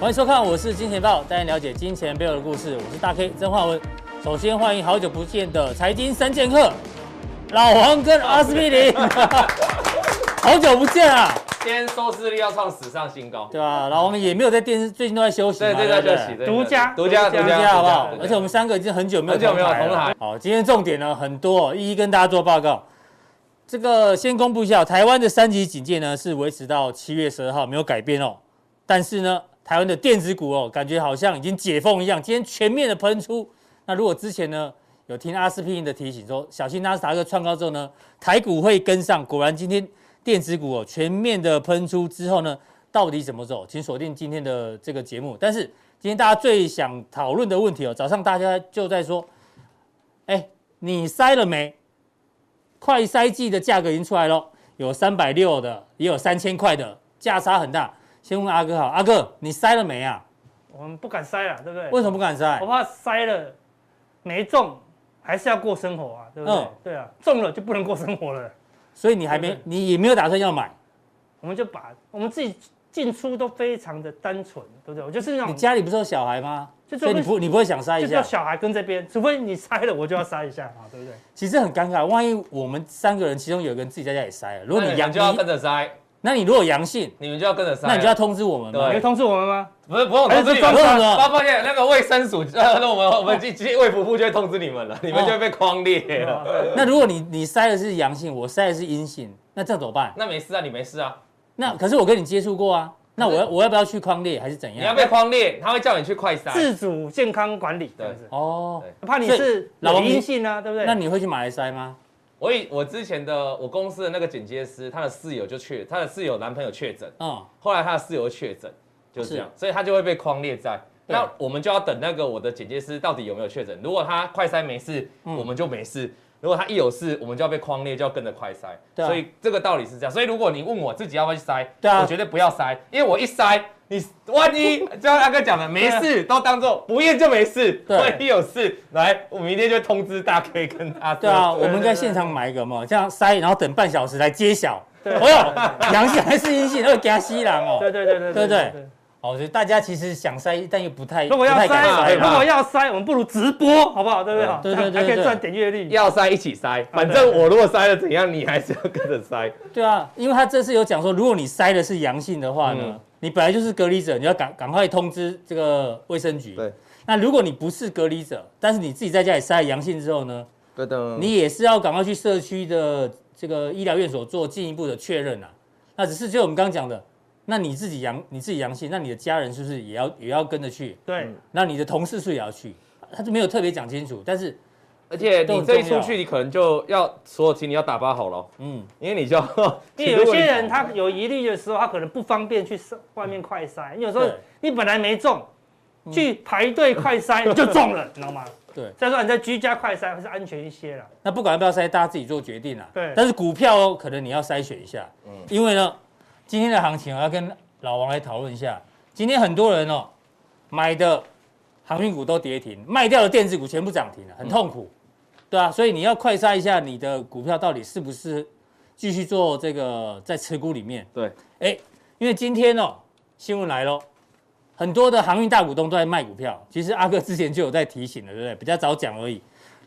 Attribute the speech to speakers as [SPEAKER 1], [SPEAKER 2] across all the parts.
[SPEAKER 1] 欢迎收看，我是金钱豹，带您了解金钱背后的故事。我是大 K 曾焕文。首先欢迎好久不见的财经三剑客老王跟阿司匹林， 好久不见啊，
[SPEAKER 2] 今天收视率要创史上新高，
[SPEAKER 1] 对吧、老王也没有在电视，最近都在休息嘛，
[SPEAKER 2] 对对对
[SPEAKER 1] 不
[SPEAKER 2] 对，对
[SPEAKER 3] 独家
[SPEAKER 2] 独家，
[SPEAKER 3] 独
[SPEAKER 1] 大
[SPEAKER 3] 家
[SPEAKER 1] 家好不好
[SPEAKER 2] 对？对
[SPEAKER 1] 而且我们三个已经很久没有
[SPEAKER 2] 很久没有
[SPEAKER 1] 了
[SPEAKER 2] 同台
[SPEAKER 1] 好，今天重点呢很多哦，一一跟大家做报告。这个先公布一下，台湾的三级警戒呢是维持到七月十二号，没有改变哦。但是呢，台湾的电子股哦，感觉好像已经解封一样，今天全面的喷出。那如果之前呢有听阿司匹林的提醒说，小心纳斯达克创高之后呢，台股会跟上。果然今天电子股哦全面的喷出之后呢，到底怎么走？请锁定今天的这个节目。但是今天大家最想讨论的问题哦，早上大家就在说，哎，你塞了没？快筛剂的价格已经出来了，有三百六的，也有三千块的，价差很大。先问阿哥好，阿哥你塞了没啊？
[SPEAKER 3] 我们不敢塞了，对不对？
[SPEAKER 1] 为什么不敢塞
[SPEAKER 3] 我？怕塞了没中，还是要过生活啊，对不对？
[SPEAKER 1] 嗯
[SPEAKER 3] 对啊，中了就不能过生活了，
[SPEAKER 1] 所以你还没，你也没有打算要买。
[SPEAKER 3] 我们就把我们自己进出都非常的单纯，对不对？我就是那
[SPEAKER 1] 你
[SPEAKER 3] 种
[SPEAKER 1] 家里不是有小孩吗？
[SPEAKER 3] 就
[SPEAKER 1] 所以你不你不会想塞
[SPEAKER 3] 就
[SPEAKER 1] 一下？
[SPEAKER 3] 叫小孩跟这边，除非你塞了，我就要塞一下嘛，对不对？
[SPEAKER 1] 其实很尴尬，万一我们三个人其中有一个人自己在家里塞了，如果
[SPEAKER 2] 那
[SPEAKER 1] 你
[SPEAKER 2] 们
[SPEAKER 1] 阳，
[SPEAKER 2] 就要
[SPEAKER 1] 你
[SPEAKER 2] 跟着塞，
[SPEAKER 1] 那你如果阳性，
[SPEAKER 2] 你们就要跟着塞，
[SPEAKER 1] 那你就要哎通知我们嘛
[SPEAKER 3] 你。会通知我们吗？
[SPEAKER 2] 不是不用
[SPEAKER 1] 还
[SPEAKER 2] 通知你们
[SPEAKER 1] 是装傻
[SPEAKER 2] 了，发抱歉，那个卫生署， 呃，那我们我们去去卫福部就会通知你
[SPEAKER 1] 哦
[SPEAKER 2] 们了，你们就会被框列
[SPEAKER 1] 嗯
[SPEAKER 3] 哦
[SPEAKER 2] 了。
[SPEAKER 1] 那如果你你塞的是阳性，我塞的是阴性，那这样怎么办？
[SPEAKER 2] 那没事啊，你没事啊，
[SPEAKER 3] 嗯
[SPEAKER 1] 那可是我跟你接触过啊，那我要我要不要去框列还是怎
[SPEAKER 2] 你要
[SPEAKER 1] 样？
[SPEAKER 2] 被框列，他会叫你去快筛。
[SPEAKER 3] 自主健康管理这样子，
[SPEAKER 1] 哦，
[SPEAKER 3] 怕你
[SPEAKER 1] 所
[SPEAKER 3] 是
[SPEAKER 1] 老
[SPEAKER 3] 老
[SPEAKER 1] 王你
[SPEAKER 3] 阴性啊，对不对？
[SPEAKER 1] 那你会去马来塞吗？
[SPEAKER 2] 我以我之前的我公司的那个剪接师，他的室友就确，他的室友男朋友确诊，
[SPEAKER 1] 嗯，
[SPEAKER 2] 后来他的室友确诊，就是这样，所以他就会被框列在。
[SPEAKER 1] 对
[SPEAKER 2] 那我们就要等那个我的剪接师到底有没有确诊。如果他快筛没事，
[SPEAKER 1] 嗯
[SPEAKER 2] 我们就没事；如果他一有事，我们就要被框列，就要跟着快筛。
[SPEAKER 1] 对啊
[SPEAKER 2] 所以这个道理是这样。所以如果你问我自己要不要去筛，
[SPEAKER 1] 对啊
[SPEAKER 2] 我绝对不要筛，因为我一筛，你万一就像阿哥讲的，没事都当做不验就没事，
[SPEAKER 1] 啊对
[SPEAKER 2] 万一有事来，我明天就通知大 K 跟他。
[SPEAKER 1] 对啊，
[SPEAKER 2] 说
[SPEAKER 1] 我们应该现场买一个嘛，这样塞，然后等半小时来揭晓。哎呦，阳性还是阴性，那加西郎哦。
[SPEAKER 3] 对对对对
[SPEAKER 1] 对对哦，所以大家其实想塞，但又不太
[SPEAKER 3] 如果要
[SPEAKER 1] 不太敢啊
[SPEAKER 3] 塞，
[SPEAKER 2] 塞
[SPEAKER 3] 如果要塞，我们不如直播，好不好？对不
[SPEAKER 1] 对
[SPEAKER 3] 对？
[SPEAKER 1] 对对
[SPEAKER 3] 这样还可
[SPEAKER 1] 对
[SPEAKER 3] 以赚点阅率。
[SPEAKER 2] 要筛一起筛，反正我如果筛了怎样，你还是要跟着筛。
[SPEAKER 1] 对啊，因为他这次有讲说，如果你筛的是阳性的话呢，
[SPEAKER 2] 嗯
[SPEAKER 1] 你本来就是隔离者，你要赶赶快通知这个卫生局。
[SPEAKER 2] 对。
[SPEAKER 1] 那如果你不是隔离者，但是你自己在家里筛了阳性之后呢，
[SPEAKER 2] 对的
[SPEAKER 1] 你也是要赶快去社区的这个医疗院所做进一步的确认啊。那只是就我们刚刚讲的，那你自己阳你自己阳性，那你的家人是不是也要也要跟着去？
[SPEAKER 3] 对，
[SPEAKER 1] 那你的同事是不是也要去？他就没有特别讲清楚，但是
[SPEAKER 2] 而且
[SPEAKER 1] 都
[SPEAKER 2] 你
[SPEAKER 1] 很
[SPEAKER 2] 这一
[SPEAKER 1] 重
[SPEAKER 2] 出
[SPEAKER 1] 要
[SPEAKER 2] 去，你可能就要所有题你要打包好了哦，
[SPEAKER 1] 嗯，
[SPEAKER 2] 因为你就要。
[SPEAKER 3] 因为有些人他有疑虑的时候，他可能不方便去外面快筛。你有时候
[SPEAKER 1] 对
[SPEAKER 3] 你本来没中，去排队快筛就中了，你知道吗？
[SPEAKER 1] 对。
[SPEAKER 3] 再说你在居家快筛还是安全一些啦。
[SPEAKER 1] 那不管要不要筛，大家自己做决定啦。
[SPEAKER 3] 对
[SPEAKER 1] 但是股票哦，可能你要筛选一下，因为呢，今天的行情我要跟老王来讨论一下。今天很多人哦，买的航运股都跌停，卖掉的电子股全部涨停了，很痛苦，对啊，所以你要快筛一下你的股票到底是不是继续做这个在持股里面。
[SPEAKER 2] 对，
[SPEAKER 1] 哎，因为今天哦，新闻来了，很多的航运大股东都在卖股票。其实阿哥之前就有在提醒了，对不对？比较早讲而已。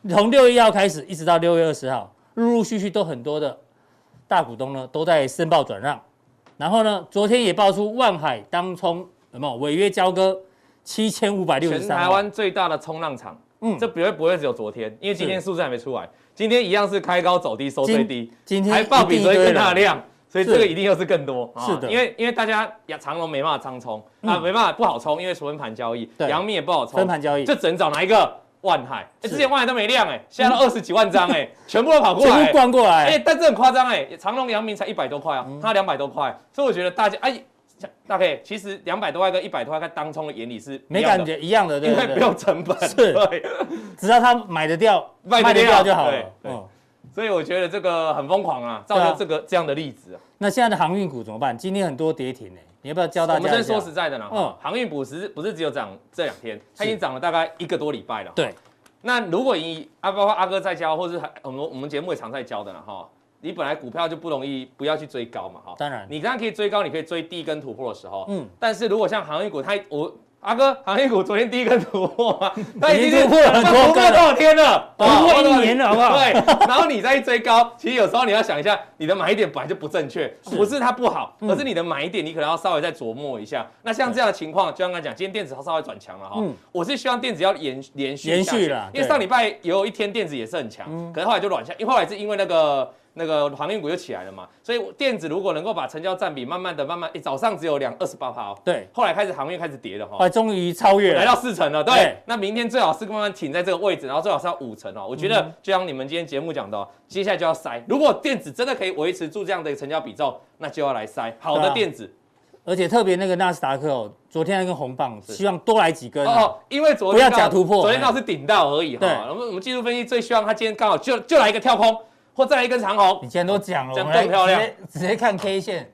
[SPEAKER 1] 从六月一号开始，一直到六月二十号，陆陆续续都很多的大股东呢都在申报转让。然后呢，昨天也爆出万海、当冲有没有违约交割七千五百六十
[SPEAKER 2] 全
[SPEAKER 1] 三
[SPEAKER 2] 台湾最大的冲浪场，
[SPEAKER 1] 嗯
[SPEAKER 2] 嗯，这不会不会只有昨天，因为今天数字还没出来，今天一样是开高走低收最低，
[SPEAKER 1] 今天
[SPEAKER 2] 还爆比昨
[SPEAKER 1] 一定一堆
[SPEAKER 2] 天更
[SPEAKER 1] 人
[SPEAKER 2] 大量，所以
[SPEAKER 1] 是
[SPEAKER 2] 这个一定又是更多。啊
[SPEAKER 1] 是的
[SPEAKER 2] 因为因为大家呀长龙没办法长冲啊，
[SPEAKER 1] 嗯
[SPEAKER 2] 没办法不好冲，因为是分盘交易，
[SPEAKER 1] 对
[SPEAKER 2] 阳明也不好冲，
[SPEAKER 1] 分盘交易，
[SPEAKER 2] 就只能找哪一个万海，
[SPEAKER 1] 是
[SPEAKER 2] 欸之前万海都没量哎，现在都二十几万张哎，全部都跑过来
[SPEAKER 1] 全
[SPEAKER 2] 欸
[SPEAKER 1] 部。灌过
[SPEAKER 2] 哎、
[SPEAKER 1] 来，
[SPEAKER 2] 但这很夸张哎，长隆、阳明才一百多块
[SPEAKER 1] 嗯
[SPEAKER 2] 啊，它两百多块，所以我觉得大家哎，像大 K 其实两百多块跟一百多块，在当冲的眼里是
[SPEAKER 1] 没
[SPEAKER 2] 一样的
[SPEAKER 1] 感，觉一样的，对
[SPEAKER 2] 因为
[SPEAKER 1] 不
[SPEAKER 2] 哎不
[SPEAKER 1] 对？
[SPEAKER 2] 用成本，
[SPEAKER 1] 是
[SPEAKER 2] 对，
[SPEAKER 1] 只要他买得掉、
[SPEAKER 2] 卖得
[SPEAKER 1] 卖得
[SPEAKER 2] 掉
[SPEAKER 1] 掉就好了
[SPEAKER 2] 对。对
[SPEAKER 1] 嗯。
[SPEAKER 2] 所以我觉得这个很疯狂啊，造
[SPEAKER 1] 对啊
[SPEAKER 2] 就这个、这样的例子啊。
[SPEAKER 1] 那现在的航运股怎么办？今天很多跌停呢、你要不要教大
[SPEAKER 2] 我
[SPEAKER 1] 家
[SPEAKER 2] 们
[SPEAKER 1] 一下？
[SPEAKER 2] 先说实在的啦，
[SPEAKER 1] 嗯
[SPEAKER 2] 航运股是不是只有涨这两天，它
[SPEAKER 1] 是
[SPEAKER 2] 已经涨了大概一个多礼拜了。
[SPEAKER 1] 对，
[SPEAKER 2] 那如果以啊，包括阿哥在教，或是还我们我们节目也常在教的了哈，你本来股票就不容易，不要去追高嘛，哈。
[SPEAKER 1] 当然
[SPEAKER 2] 你当然可以追高，你可以追第一根突破的时候，
[SPEAKER 1] 嗯
[SPEAKER 2] 嗯。但是如果像航运股，它我阿哥，航运股昨天第一根突 破嘛，它
[SPEAKER 1] 已经突破了很多
[SPEAKER 2] 哎突破
[SPEAKER 1] 根了
[SPEAKER 2] 多少天 了？
[SPEAKER 3] 突破一
[SPEAKER 2] 哦多少
[SPEAKER 3] 年了好不好
[SPEAKER 2] 对，然后你再追高， 其实有时候你要想一下，你的买点本来就不正确，不是它不好，而是你的买点你可能要稍微再琢磨一下。那像这样的情况，就像刚才讲，今天电子它稍微转强了哈
[SPEAKER 1] 嗯，
[SPEAKER 2] 我是希望电子要延连续
[SPEAKER 1] 延
[SPEAKER 2] 下去
[SPEAKER 1] 续啦
[SPEAKER 2] 因
[SPEAKER 1] 对
[SPEAKER 2] 为上礼拜有一天电子也是很强，可是后来就软下，因为后来是因为那个。那个航运股就起来了嘛，所以电子如果能够把成交占比慢慢的、慢慢，诶早上只有两二十八趴哦，
[SPEAKER 1] 对，
[SPEAKER 2] 后来开始航运开始跌了哈、
[SPEAKER 1] 啊，终于超越
[SPEAKER 2] 来到
[SPEAKER 1] 了，
[SPEAKER 2] 四成了，对。
[SPEAKER 1] 对
[SPEAKER 2] 那明天最好是慢慢停在这个位置，然后最好是要五成哦。我觉
[SPEAKER 1] 嗯
[SPEAKER 2] 得就像你们今天节目讲的、哦，接下来就要塞。如果电子真的可以维持住这样的成交比重，那就要来塞好
[SPEAKER 1] 对
[SPEAKER 2] 的
[SPEAKER 1] 啊
[SPEAKER 2] 电子、
[SPEAKER 1] 而且特别那个纳斯达克哦，昨天那根红棒，
[SPEAKER 2] 是
[SPEAKER 1] 希望多来几根
[SPEAKER 2] 哦
[SPEAKER 1] 啊，
[SPEAKER 2] 哦，因为昨
[SPEAKER 1] 不要
[SPEAKER 2] 天刚
[SPEAKER 1] 假突破
[SPEAKER 2] 昨天
[SPEAKER 1] 哎
[SPEAKER 2] 刚好是顶到而已哈、
[SPEAKER 1] 对
[SPEAKER 2] 我们我们技术分析最希望它今天刚好就就来一个跳空，或再来一根长红
[SPEAKER 1] 你。既然都讲了，
[SPEAKER 2] 这样
[SPEAKER 1] 我们来
[SPEAKER 2] 更漂亮
[SPEAKER 1] 直接直接看 K 线，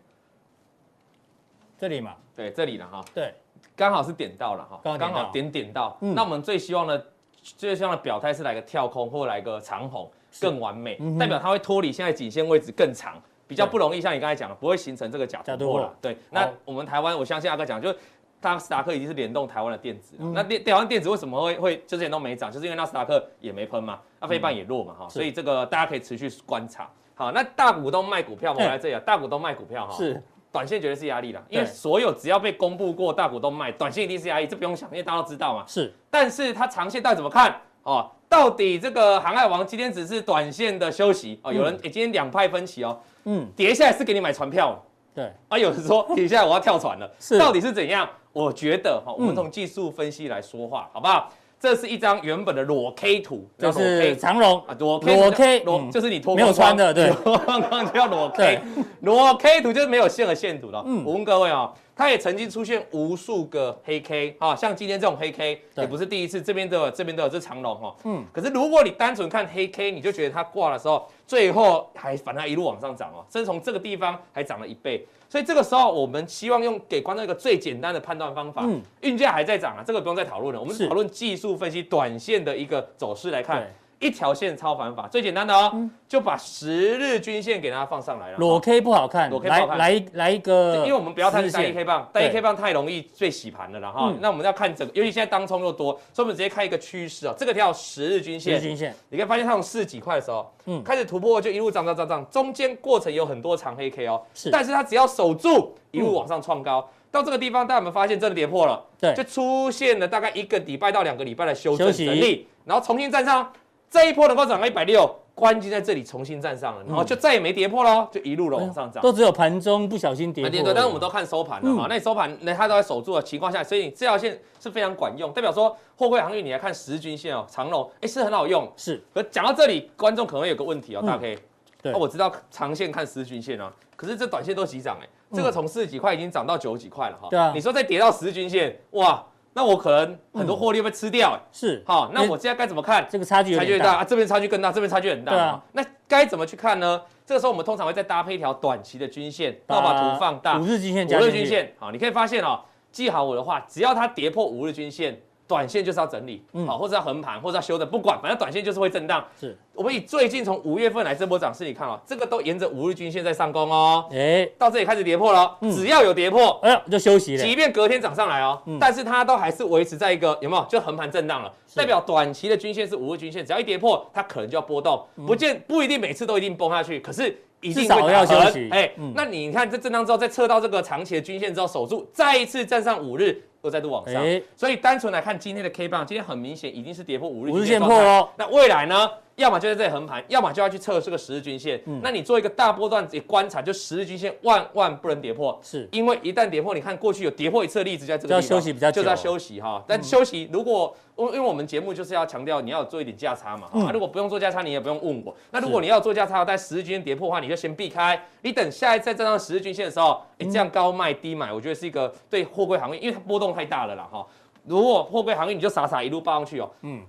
[SPEAKER 1] 这里嘛，
[SPEAKER 2] 对，这里了哈、
[SPEAKER 1] 对，
[SPEAKER 2] 刚好是点到了
[SPEAKER 1] 刚好点
[SPEAKER 2] 哈，刚
[SPEAKER 1] 到
[SPEAKER 2] 好点点到。
[SPEAKER 1] 嗯
[SPEAKER 2] 那我们最希望的、最希望的表态是来个跳空或来个长红，更完美，
[SPEAKER 1] 嗯哼
[SPEAKER 2] 代表它会脱离现在颈线位置更长，比较
[SPEAKER 1] 对
[SPEAKER 2] 不容易像你刚才讲的，不会形成这个假
[SPEAKER 1] 假
[SPEAKER 2] 突
[SPEAKER 1] 突
[SPEAKER 2] 破
[SPEAKER 1] 破
[SPEAKER 2] 了。对，那
[SPEAKER 1] 好
[SPEAKER 2] 我们台湾，我相信阿哥讲就是。纳斯达克已经是联动台湾的电子
[SPEAKER 1] 嗯
[SPEAKER 2] 了，那电台湾电子为什么会会之前都没涨，就是因为纳斯达克也没喷嘛，那非半也弱嘛哈，
[SPEAKER 1] 是
[SPEAKER 2] 所以这个大家可以持续观察。好，那大股东卖股票嘛，我
[SPEAKER 1] 哎
[SPEAKER 2] 来这里啊，大股东卖股票哈，
[SPEAKER 1] 是
[SPEAKER 2] 短线绝对是压力啦，因为
[SPEAKER 1] 对
[SPEAKER 2] 所有只要被公布过大股东卖，短线一定是压力，这不用想，因为大家都知道嘛。
[SPEAKER 1] 是，
[SPEAKER 2] 但是它长线到底怎么看？哦，到底这个航海王今天只是短线的休息哦，有人、诶今天两派分歧哦，
[SPEAKER 1] 嗯，
[SPEAKER 2] 跌下来是给你买船票
[SPEAKER 1] 对，
[SPEAKER 2] 啊，有人说 跌下来我要跳船了，
[SPEAKER 1] 是嗯
[SPEAKER 2] 到底是怎样？我觉得哈、哦，我们从技术分析来说话，好不好？这是一张原本的裸 K 图，
[SPEAKER 1] 这
[SPEAKER 2] 叫裸 K
[SPEAKER 1] 是长荣，
[SPEAKER 2] 啊，裸 K
[SPEAKER 1] 裸
[SPEAKER 2] 就
[SPEAKER 1] K，
[SPEAKER 2] 裸
[SPEAKER 1] 嗯
[SPEAKER 2] 就是你脱
[SPEAKER 1] 没有
[SPEAKER 2] 光光
[SPEAKER 1] 穿的对
[SPEAKER 2] 脱光光就叫 裸 K，
[SPEAKER 1] 对
[SPEAKER 2] 裸 K 图就是没有线和线图了。
[SPEAKER 1] 嗯
[SPEAKER 2] 我问各位哦，它也曾经出现无数个黑 K 啊，像今天这种黑 K
[SPEAKER 1] 对
[SPEAKER 2] 也不是第一次，这边都有，这边都有，这是长龙哦。
[SPEAKER 1] 嗯
[SPEAKER 2] 嗯，可是如果你单纯看黑 K，你就觉得它挂的时候，最后还反而一路往上涨哦，甚至从这个地方还涨了一倍。所以这个时候，我们希望用给观众一个最简单的判断方法。
[SPEAKER 1] 嗯
[SPEAKER 2] 运价还在涨啊，这个不用再讨论了，我们
[SPEAKER 1] 是
[SPEAKER 2] 是讨论技术分析短线的一个走势来看
[SPEAKER 1] 对。
[SPEAKER 2] 一条线超反法，最简单的哦，就把十日均线给它放上来了。
[SPEAKER 1] 裸
[SPEAKER 2] 哦
[SPEAKER 1] K 不好看，
[SPEAKER 2] 裸 K
[SPEAKER 1] 来
[SPEAKER 2] 不好看
[SPEAKER 1] 来一来一个，
[SPEAKER 2] 因为我们不要太
[SPEAKER 1] 单
[SPEAKER 2] 单一 K 棒，单一 K 棒太容易最洗盘了啦哈
[SPEAKER 1] 嗯。
[SPEAKER 2] 那我们要看整个，尤其现在当冲又多，所以我们直接看一个趋势哦。这个条十日均
[SPEAKER 1] 十
[SPEAKER 2] 线，
[SPEAKER 1] 均线，
[SPEAKER 2] 你可以发现它从四十几块的时候，
[SPEAKER 1] 嗯
[SPEAKER 2] 开始突破就一路涨涨涨涨，中间过程有很多长黑 K 哦，
[SPEAKER 1] 是嗯
[SPEAKER 2] 但是它只要守住，一路往上创高。到这个地方，大家有没有发现真的跌破了？
[SPEAKER 1] 对
[SPEAKER 2] 就出现了大概一个礼拜到两个礼拜的修正
[SPEAKER 1] 休息
[SPEAKER 2] 整理，然后重新站上。这一波能够涨到一百六，关键在这里重新站上了，然后就再也没跌破喽，就一路的往上涨。
[SPEAKER 1] 嗯哎都只有盘中不小心跌破而
[SPEAKER 2] 啊，
[SPEAKER 1] 已，嗯
[SPEAKER 2] 跌对，但是我们都看收盘了哈、那你收盘那它都在守住的情况下，所以你这条线是非常管用，代表说货柜航运你来看十均线哦，长龙哎是很好用。
[SPEAKER 1] 是
[SPEAKER 2] 可讲到这里，观众可能会有个问题哦，
[SPEAKER 1] 嗯
[SPEAKER 2] 大 K，
[SPEAKER 1] 对
[SPEAKER 2] 啊我知道长线看十均线啊，可是这短线都急涨哎、这个从四十几块已经涨到九十几块了哈、
[SPEAKER 1] 嗯对啊
[SPEAKER 2] 你说再跌到十均线，哇，那我可能很多获利被吃掉哎、
[SPEAKER 1] 是，
[SPEAKER 2] 好、那
[SPEAKER 1] 因为
[SPEAKER 2] 我现在该怎么看？
[SPEAKER 1] 这个嗯差距有
[SPEAKER 2] 差距
[SPEAKER 1] 点
[SPEAKER 2] 越大
[SPEAKER 1] 大，
[SPEAKER 2] 啊，这边差距更大，这边差距很大。
[SPEAKER 1] 对啊
[SPEAKER 2] 哦那该怎么去看呢？这个时候我们通常会再搭配一条短期的均线，然后把图放大，
[SPEAKER 1] 五日均线加
[SPEAKER 2] 五
[SPEAKER 1] 进
[SPEAKER 2] 日
[SPEAKER 1] 去
[SPEAKER 2] 均，线。好，你可以发现哦，记好我的话，只要它跌破五日均线，短线就是要整理，
[SPEAKER 1] 嗯
[SPEAKER 2] 好，或者要横盘，或者要修的，不管，反正短线就是会震荡。
[SPEAKER 1] 是，
[SPEAKER 2] 我们以最近从五月份来这波涨势，你看哦，这个都沿着五日均线在上攻哦，
[SPEAKER 1] 哎，
[SPEAKER 2] 到这里开始跌破了哦，
[SPEAKER 1] 嗯
[SPEAKER 2] 只要有跌破，
[SPEAKER 1] 哎呦，就休息了，
[SPEAKER 2] 即便隔天涨上来哦，
[SPEAKER 1] 嗯
[SPEAKER 2] 但是它都还是维持在一个有没有就横盘震荡了，
[SPEAKER 1] 是
[SPEAKER 2] 代表短期的均线是五日均线，只要一跌破，它可能就要波动，不见不一定每次都一定崩下去，可是一
[SPEAKER 1] 嗯至
[SPEAKER 2] 定
[SPEAKER 1] 少
[SPEAKER 2] 会
[SPEAKER 1] 要
[SPEAKER 2] 打
[SPEAKER 1] 休
[SPEAKER 2] 横
[SPEAKER 1] 息
[SPEAKER 2] 哎
[SPEAKER 1] 嗯，
[SPEAKER 2] 那你看这震荡之后，再测到这个长期的均线之后，守住，再一次站上五日，又再度往上
[SPEAKER 1] 哎，
[SPEAKER 2] 所以单纯来看今天的 K 棒，今天很明显已经是跌破五日
[SPEAKER 1] 五日
[SPEAKER 2] 均
[SPEAKER 1] 线
[SPEAKER 2] 线
[SPEAKER 1] 破
[SPEAKER 2] 状态
[SPEAKER 1] 哦
[SPEAKER 2] 那未来呢？要么就在这里横盘，要么就要去测这个十日均线。
[SPEAKER 1] 嗯
[SPEAKER 2] 那你做一个大波段也观察，就十日均线万万不能跌破。
[SPEAKER 1] 是
[SPEAKER 2] 因为一旦跌破，你看过去有跌破一次的例子，在这个地
[SPEAKER 1] 就要
[SPEAKER 2] 方
[SPEAKER 1] 休息比较久嗯
[SPEAKER 2] 就是要休息哈。但休息如果因为因为我们节目就是要强调你要有做一点价差嘛，哈
[SPEAKER 1] 嗯
[SPEAKER 2] 啊如果不用做价差，你也不用问我。那如果你要做价差，在十日均线跌破的话，你就先避开，你等下一次再站上十日均线的时候，
[SPEAKER 1] 嗯
[SPEAKER 2] 你这样高卖低买，我觉得是一个对货柜行业，因为它波动太大了啦哈。如果货柜行业你就傻傻一路报上去哦，
[SPEAKER 1] 嗯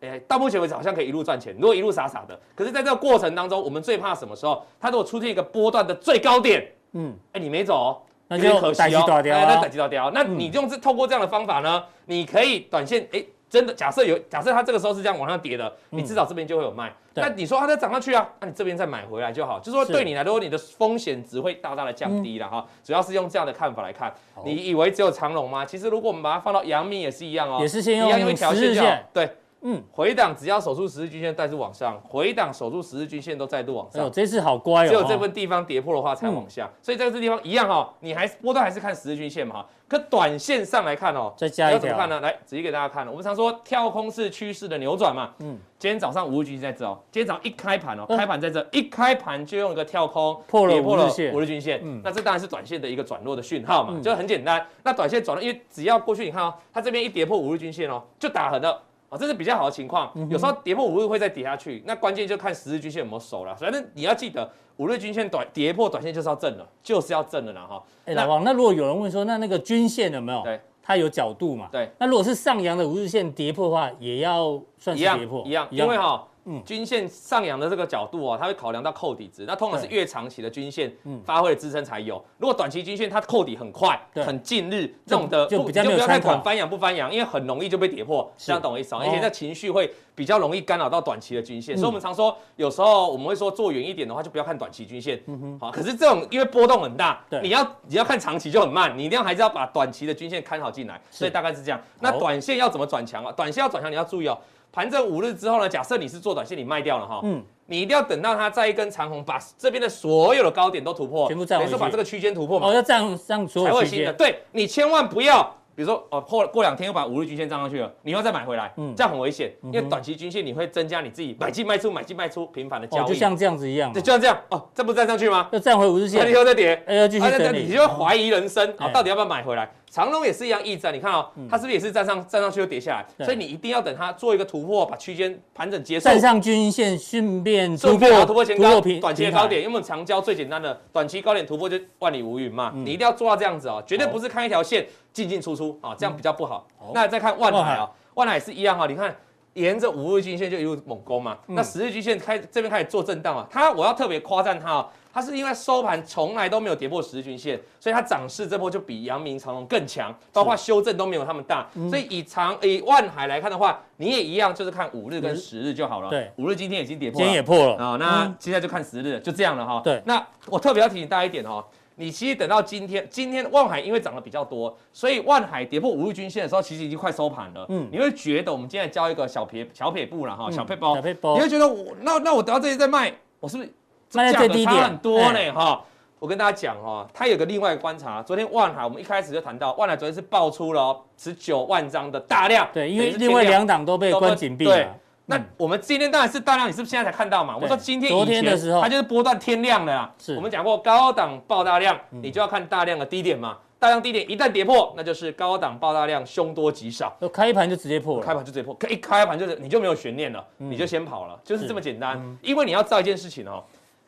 [SPEAKER 2] 哎、到目前为止好像可以一路赚钱，如果一路傻傻的，可是在这个过程当中，我们最怕什么时候？它如果出现一个波段的最高点，
[SPEAKER 1] 嗯，
[SPEAKER 2] 哎、你没走哦、
[SPEAKER 1] 那
[SPEAKER 2] 有
[SPEAKER 1] 就
[SPEAKER 2] 点可惜
[SPEAKER 1] 逮鸡
[SPEAKER 2] 哦，
[SPEAKER 1] 打掉
[SPEAKER 2] 哎那
[SPEAKER 1] 啊
[SPEAKER 2] 逮，鸡打掉。那你用这透过这样的方法呢，你可以短线哎真的假设有假设它这个时候是这样往上跌的，你至少这边就会有卖。
[SPEAKER 1] 嗯对
[SPEAKER 2] 那你说它再涨上去啊，那你这边再买回来就好。就说
[SPEAKER 1] 是嗯
[SPEAKER 2] 对你来说，你的风险值会大大的降低了哈。主要是用这样的看法来看。你以为只有长龙吗？其实如果我们把它放到阳明也是一样哦，
[SPEAKER 1] 也是先
[SPEAKER 2] 一样
[SPEAKER 1] 用
[SPEAKER 2] 一条
[SPEAKER 1] 十日
[SPEAKER 2] 线就好
[SPEAKER 1] 线，
[SPEAKER 2] 对。
[SPEAKER 1] 嗯，
[SPEAKER 2] 回档只要守住十日均线再度往上，回档守住十日均线都再度往
[SPEAKER 1] 哎呦，
[SPEAKER 2] 上，
[SPEAKER 1] 这次好乖哦，
[SPEAKER 2] 啊只有这
[SPEAKER 1] 哦嗯
[SPEAKER 2] 份地方跌破的话才往下。所以在这地方一样哦，你还是波段还是看十日均线嘛哈。可短线上来看哦，
[SPEAKER 1] 再加一
[SPEAKER 2] 要怎么看
[SPEAKER 1] 条，
[SPEAKER 2] 呢？来，仔细给大家看哦了。我们常说跳空是趋势的扭转嘛。
[SPEAKER 1] 嗯
[SPEAKER 2] 嗯，今天早上五日均线在这哦，今天早上一开盘哦，
[SPEAKER 1] 嗯
[SPEAKER 2] 开盘在这，一开盘就用一个跳空
[SPEAKER 1] 破了
[SPEAKER 2] 跌
[SPEAKER 1] 五日线
[SPEAKER 2] 五日均线
[SPEAKER 1] 嗯。
[SPEAKER 2] 那这当然是短线的一个转弱的讯号嘛
[SPEAKER 1] 嗯，
[SPEAKER 2] 就很简单。那短线转弱，因为只要过去你看哦，它这边一跌破五日均线哦，就打横了。啊，这是比较好的情况。
[SPEAKER 1] 嗯
[SPEAKER 2] 有时候跌破五日会再跌下去，那关键就看十日均线有没有守了。反正你要记得，五日均线短跌破短线就是要震了，就是要震了啦哈。
[SPEAKER 1] 哎，
[SPEAKER 2] 那
[SPEAKER 1] 老王，那如果有人问说，那那个均线有没有？
[SPEAKER 2] 对，
[SPEAKER 1] 它有角度嘛？
[SPEAKER 2] 对，
[SPEAKER 1] 那如果是上扬的五日线跌破的话，也要算
[SPEAKER 2] 一
[SPEAKER 1] 是
[SPEAKER 2] 样
[SPEAKER 1] 跌破，
[SPEAKER 2] 一样，因为哈、
[SPEAKER 1] 嗯
[SPEAKER 2] 均线上扬的这个角度哦，它会考量到扣底值，那通常是
[SPEAKER 1] 对
[SPEAKER 2] 越长期的均线
[SPEAKER 1] 嗯
[SPEAKER 2] 发挥的支撑才有。如果短期均线它扣底很快、
[SPEAKER 1] 对
[SPEAKER 2] 很近日这种的，
[SPEAKER 1] 就
[SPEAKER 2] 不
[SPEAKER 1] 比较
[SPEAKER 2] 你就
[SPEAKER 1] 没有
[SPEAKER 2] 不要太
[SPEAKER 1] 参考
[SPEAKER 2] 管翻扬不翻扬，因为很容易就被跌破，
[SPEAKER 1] 是
[SPEAKER 2] 这样懂我意思哦？
[SPEAKER 1] 哦
[SPEAKER 2] 而且那情绪会比较容易干扰到短期的均线，
[SPEAKER 1] 嗯
[SPEAKER 2] 所以我们常说，有时候我们会说做远一点的话，就不要看短期均线。好，可是这种因为波动很大
[SPEAKER 1] 嗯对，
[SPEAKER 2] 你要你要看长期就很慢，你一定要还是要把短期的均线看好进来，所以大概是这样。那
[SPEAKER 1] 好
[SPEAKER 2] 短线要怎么转强啊？短线要转强，你要注意哦。盘整五日之后呢，假设你是做短线，你卖掉了哈，
[SPEAKER 1] 嗯
[SPEAKER 2] 你一定要等到它再一根长红，把这边的所有的高点都突破，
[SPEAKER 1] 全部站回
[SPEAKER 2] 等于说把
[SPEAKER 1] 去
[SPEAKER 2] 这个区间突破嘛
[SPEAKER 1] 哦，，要这样这样所
[SPEAKER 2] 才会
[SPEAKER 1] 有
[SPEAKER 2] 有
[SPEAKER 1] 区
[SPEAKER 2] 新的。
[SPEAKER 1] 间，
[SPEAKER 2] 对你千万不要，比如说哦，过过两天又把五日均线站上去了，你又再买回来，
[SPEAKER 1] 嗯
[SPEAKER 2] 这样很危险，因为
[SPEAKER 1] 嗯哼
[SPEAKER 2] 短期均线你会增加你自己买进卖出、买进卖出频繁的交
[SPEAKER 1] 哦，就
[SPEAKER 2] 易，
[SPEAKER 1] 像这样子一样
[SPEAKER 2] 对，
[SPEAKER 1] 嘛，
[SPEAKER 2] 就像这样哦，这不是站上去吗？
[SPEAKER 1] 要站回五日
[SPEAKER 2] 那你以
[SPEAKER 1] 线，
[SPEAKER 2] 后再跌，
[SPEAKER 1] 哎，要继续
[SPEAKER 2] 啊，那那
[SPEAKER 1] 整
[SPEAKER 2] 你
[SPEAKER 1] 理，
[SPEAKER 2] 就会怀疑人生啊
[SPEAKER 1] 哎，
[SPEAKER 2] 到底要不要买回来？长隆也是一样，意战，你看哦
[SPEAKER 1] 嗯，
[SPEAKER 2] 它是不是也是站上站上去又跌下
[SPEAKER 1] 对
[SPEAKER 2] 来？所以你一定要等它做一个突破，把区间盘整结束，
[SPEAKER 1] 站上均线，顺便突
[SPEAKER 2] 顺便把
[SPEAKER 1] 破
[SPEAKER 2] 它突破前高
[SPEAKER 1] 平，
[SPEAKER 2] 短期的高点，因为我们常教最简单的短期高点突破就万里无云嘛，
[SPEAKER 1] 嗯
[SPEAKER 2] 你一定要做到这样子哦，绝对不是看一条线进进出出啊，这样比较不好
[SPEAKER 1] 嗯好。
[SPEAKER 2] 那再看万
[SPEAKER 1] 万
[SPEAKER 2] 海
[SPEAKER 1] 海
[SPEAKER 2] 啊，万海也是一样哈，你看。沿着五日均线就一路猛攻嘛，
[SPEAKER 1] 嗯
[SPEAKER 2] 那十日均线开这边开始做震荡啊，它我要特别夸赞它哦，它是因为收盘从来都没有跌破十日均线，所以它涨势这波就比阳明、长隆更强，包括修正都没有他们大。
[SPEAKER 1] 嗯
[SPEAKER 2] 所以以长以万海来看的话，你也一样，就是看五日跟十日就好了。
[SPEAKER 1] 对，
[SPEAKER 2] 五日今天已经跌
[SPEAKER 1] 今
[SPEAKER 2] 破了
[SPEAKER 1] 天也，破了，
[SPEAKER 2] 啊、那现在就看十日了，就这样了哈。
[SPEAKER 1] 嗯对
[SPEAKER 2] 那我特别要提醒大家一点哦，你其实等到今天，今天万海因为涨得比较多，所以万海跌破五日均线的时候，其实已经快收盘了。
[SPEAKER 1] 嗯
[SPEAKER 2] 嗯，你会觉得我们今天教一个小撇小撇步了哈，小撇包，
[SPEAKER 1] 小配包
[SPEAKER 2] 你会觉得我那那我等到这里再卖，我是不是
[SPEAKER 1] 卖在最低
[SPEAKER 2] 价格差
[SPEAKER 1] 点
[SPEAKER 2] 很多
[SPEAKER 1] 哎
[SPEAKER 2] 呢哈、我跟大家讲哈、哦，它有个另外一个观察，昨天万海我们一开始就谈到，万海昨天是爆出了哦十九万张的大量，
[SPEAKER 1] 对，因为
[SPEAKER 2] 等于是
[SPEAKER 1] 另外
[SPEAKER 2] 天量
[SPEAKER 1] 两档都被关紧闭
[SPEAKER 2] 对
[SPEAKER 1] 了，嗯
[SPEAKER 2] 那我们今天当然是大量，你是不是现在才看到嘛？
[SPEAKER 1] 对
[SPEAKER 2] 我说今天
[SPEAKER 1] 昨
[SPEAKER 2] 以
[SPEAKER 1] 天
[SPEAKER 2] 前
[SPEAKER 1] 的时候
[SPEAKER 2] 它就是波段天量的啦。
[SPEAKER 1] 是嗯
[SPEAKER 2] 我们讲过高档爆大量，你就要看大量的低点嘛。大量低点一旦跌破，那就是高档爆大量，凶多吉少。
[SPEAKER 1] 都开盘就直接破
[SPEAKER 2] 开
[SPEAKER 1] 了，嗯
[SPEAKER 2] 盘就直接破，可一开盘就是你就没有悬念了，你就先跑了，就是这么简单。因为你要知道一件事情哦，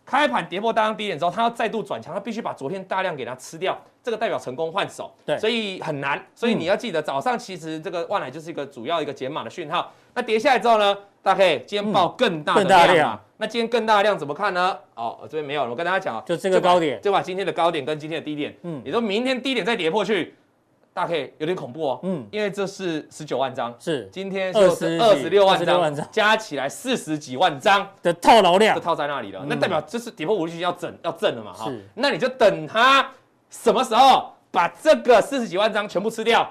[SPEAKER 2] 开盘跌破大量低点之后，它要再度转强，它必须把昨天大量给它吃掉，这个代表成功换手，
[SPEAKER 1] 对
[SPEAKER 2] 所以很难。所以你要记得，早上其实这个万海就是一个主要一个减码的讯号。那跌下来之后呢，大概今天爆更大
[SPEAKER 1] 嗯
[SPEAKER 2] 的
[SPEAKER 1] 更大
[SPEAKER 2] 量
[SPEAKER 1] 量
[SPEAKER 2] 嘛。那今天更大的量怎么看呢？哦，我这边没有了，我跟大家讲啊，
[SPEAKER 1] 就这个高点，
[SPEAKER 2] 就把今天的高点跟今天的低点，
[SPEAKER 1] 嗯
[SPEAKER 2] 嗯，你说明天低点再跌破去，大概有点恐怖哦，
[SPEAKER 1] 嗯，
[SPEAKER 2] 因为这是十九万张。
[SPEAKER 1] 是
[SPEAKER 2] 今天
[SPEAKER 1] 20
[SPEAKER 2] 就是二十六万
[SPEAKER 1] 26
[SPEAKER 2] 张，
[SPEAKER 1] 万张
[SPEAKER 2] 加起来四十几万张
[SPEAKER 1] 的套牢量
[SPEAKER 2] 就，套在那里了。
[SPEAKER 1] 嗯
[SPEAKER 2] 那代表就是跌破五日均线要整要挣了嘛哈
[SPEAKER 1] 是。
[SPEAKER 2] 那你就等它什么时候把这个四十几万张全部吃掉，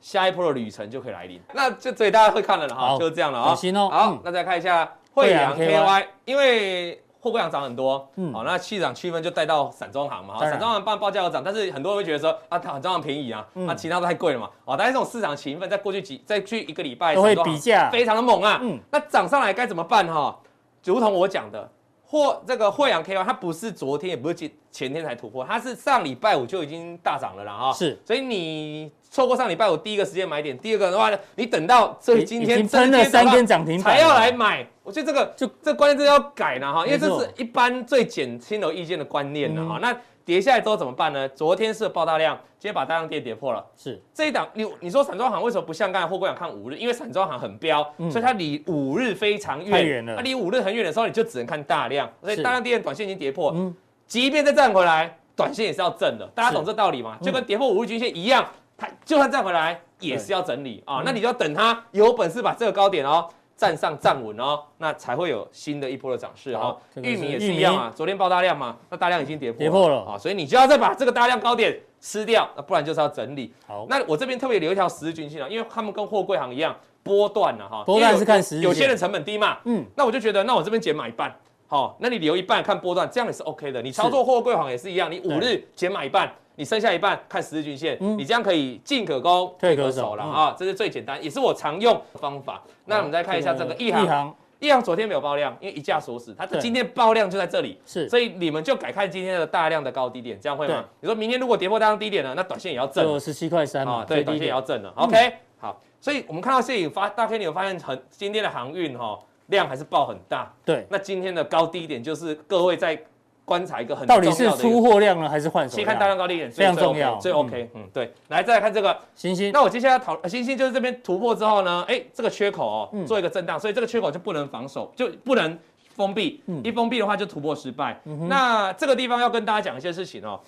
[SPEAKER 2] 下一波的旅程就可以来临。那就所以大家会看了了
[SPEAKER 1] 好
[SPEAKER 2] 哈，就是这样了
[SPEAKER 1] 小
[SPEAKER 2] 啊。
[SPEAKER 1] 心哦
[SPEAKER 2] 好
[SPEAKER 1] 嗯，
[SPEAKER 2] 那再看一下
[SPEAKER 1] 惠
[SPEAKER 2] 惠
[SPEAKER 1] 阳
[SPEAKER 2] 阳
[SPEAKER 1] KY
[SPEAKER 2] KY，因为。货柜行涨很多，
[SPEAKER 1] 嗯啊
[SPEAKER 2] 好，那市场区分就带到散装行嘛，
[SPEAKER 1] 当
[SPEAKER 2] 哈
[SPEAKER 1] 然
[SPEAKER 2] 散装行办报价有涨，但是很多人会觉得说啊，它散装行便宜啊，
[SPEAKER 1] 嗯
[SPEAKER 2] 啊，其他都太贵了嘛，哦，但是这种市场情分在过去几，在去一个礼拜
[SPEAKER 1] 都会
[SPEAKER 2] 散装行
[SPEAKER 1] 比价，
[SPEAKER 2] 非常的猛啊。
[SPEAKER 1] 嗯
[SPEAKER 2] 那涨上来该怎么办哈、就如同我讲的，或这个惠阳 KY 它不是昨天也不是前前天才突破，它是上礼拜五就已经大涨了啦哈、
[SPEAKER 1] 是
[SPEAKER 2] 所以你错过上礼拜五第一个时间买点，第二个的话呢，你等到这
[SPEAKER 1] 已
[SPEAKER 2] 今
[SPEAKER 1] 已
[SPEAKER 2] 天
[SPEAKER 1] 经喷了三根涨停板
[SPEAKER 2] 才
[SPEAKER 1] 了
[SPEAKER 2] 要来买，我觉得这个
[SPEAKER 1] 就
[SPEAKER 2] 就这观念真的要改了哈，因
[SPEAKER 1] 没
[SPEAKER 2] 为
[SPEAKER 1] 嗯
[SPEAKER 2] 这
[SPEAKER 1] 错
[SPEAKER 2] 是一般最简轻柔意见的观念了哈。那跌下来之后怎么办呢？昨天是爆大量，今天把大量跌跌破了。
[SPEAKER 1] 是
[SPEAKER 2] 这一档，你你说散装行为什么不像刚才货柜行看五日？因为散装行很标，
[SPEAKER 1] 嗯
[SPEAKER 2] 所以它离五日非常远。
[SPEAKER 1] 太远了
[SPEAKER 2] 那离五日很远的时候，你就只能看大量，所
[SPEAKER 1] 是
[SPEAKER 2] 以大量跌点短线已经跌破，
[SPEAKER 1] 嗯
[SPEAKER 2] 即便再站回来，短线也是要震的。大家
[SPEAKER 1] 是
[SPEAKER 2] 懂这道理吗？
[SPEAKER 1] 嗯
[SPEAKER 2] 就跟跌破五日均线一样，它就算站回来，也是要整理
[SPEAKER 1] 嗯
[SPEAKER 2] 啊。那你就要等它有本事把这个高点哦站上站稳哦，那才会有新的一波的涨势哦
[SPEAKER 1] 好。这个是
[SPEAKER 2] 玉米也是一样啊，昨天爆大量嘛，那大量已经跌破
[SPEAKER 1] 跌破了
[SPEAKER 2] 啊，所以你就要再把这个大量高点吃掉，那不然就是要整理。
[SPEAKER 1] 好，
[SPEAKER 2] 那我这边特别留一条十日均线啊，因为他们跟货柜行一样波段了哈，
[SPEAKER 1] 波段是看十日
[SPEAKER 2] 有有些
[SPEAKER 1] 线
[SPEAKER 2] 人成本低嘛，
[SPEAKER 1] 嗯，
[SPEAKER 2] 那我就觉得，那我这边减买一半，好、那你留一半看波段，这样也是 OK 的。你操作货柜行也是一样，你五日减买一半，你剩下一半看十日均线，
[SPEAKER 1] 嗯
[SPEAKER 2] 你这样可以进可攻，
[SPEAKER 1] 退可
[SPEAKER 2] 可
[SPEAKER 1] 守
[SPEAKER 2] 守了
[SPEAKER 1] 嗯
[SPEAKER 2] 啊、这是最简单，也是我常用的方法。那我们再看一下这个一
[SPEAKER 1] 一
[SPEAKER 2] 行，
[SPEAKER 1] 行
[SPEAKER 2] 一行昨天没有爆量，因为一价锁死，它
[SPEAKER 1] 对
[SPEAKER 2] 今天爆量就在这里。
[SPEAKER 1] 是
[SPEAKER 2] 所以你们就改看今天的大量的高低点，这样会
[SPEAKER 1] 对
[SPEAKER 2] 吗？你说明天如果跌破大量低点了，那短线也要震了
[SPEAKER 1] 就十七块三嘛，
[SPEAKER 2] 啊，
[SPEAKER 1] 最嗯
[SPEAKER 2] 对，短
[SPEAKER 1] 低
[SPEAKER 2] 线
[SPEAKER 1] 点
[SPEAKER 2] 也要正了。OK，好，所以我们看到现影发，大 K 你有发现很今天的航运哈、量还是爆很大。
[SPEAKER 1] 对，
[SPEAKER 2] 那今天的高低点就是各位在观察一个很
[SPEAKER 1] 到
[SPEAKER 2] 重
[SPEAKER 1] 底
[SPEAKER 2] 要的一
[SPEAKER 1] 是
[SPEAKER 2] 个，
[SPEAKER 1] 出货量呢还是换手
[SPEAKER 2] 先
[SPEAKER 1] 量
[SPEAKER 2] 看大？量高低点
[SPEAKER 1] 非常
[SPEAKER 2] 最
[SPEAKER 1] 重要
[SPEAKER 2] 最 OK，嗯对。来再来看这个，
[SPEAKER 1] 星星
[SPEAKER 2] 那我接下来讨呃星星就是这边突破之后呢，哎，这个缺口
[SPEAKER 1] 嗯
[SPEAKER 2] 哦做一个震荡，所以这个缺口就不能防守，就不能封闭
[SPEAKER 1] 嗯，
[SPEAKER 2] 一封闭的话就突破失败。
[SPEAKER 1] 嗯哼
[SPEAKER 2] 那这个地方要跟大家讲一些事情哦。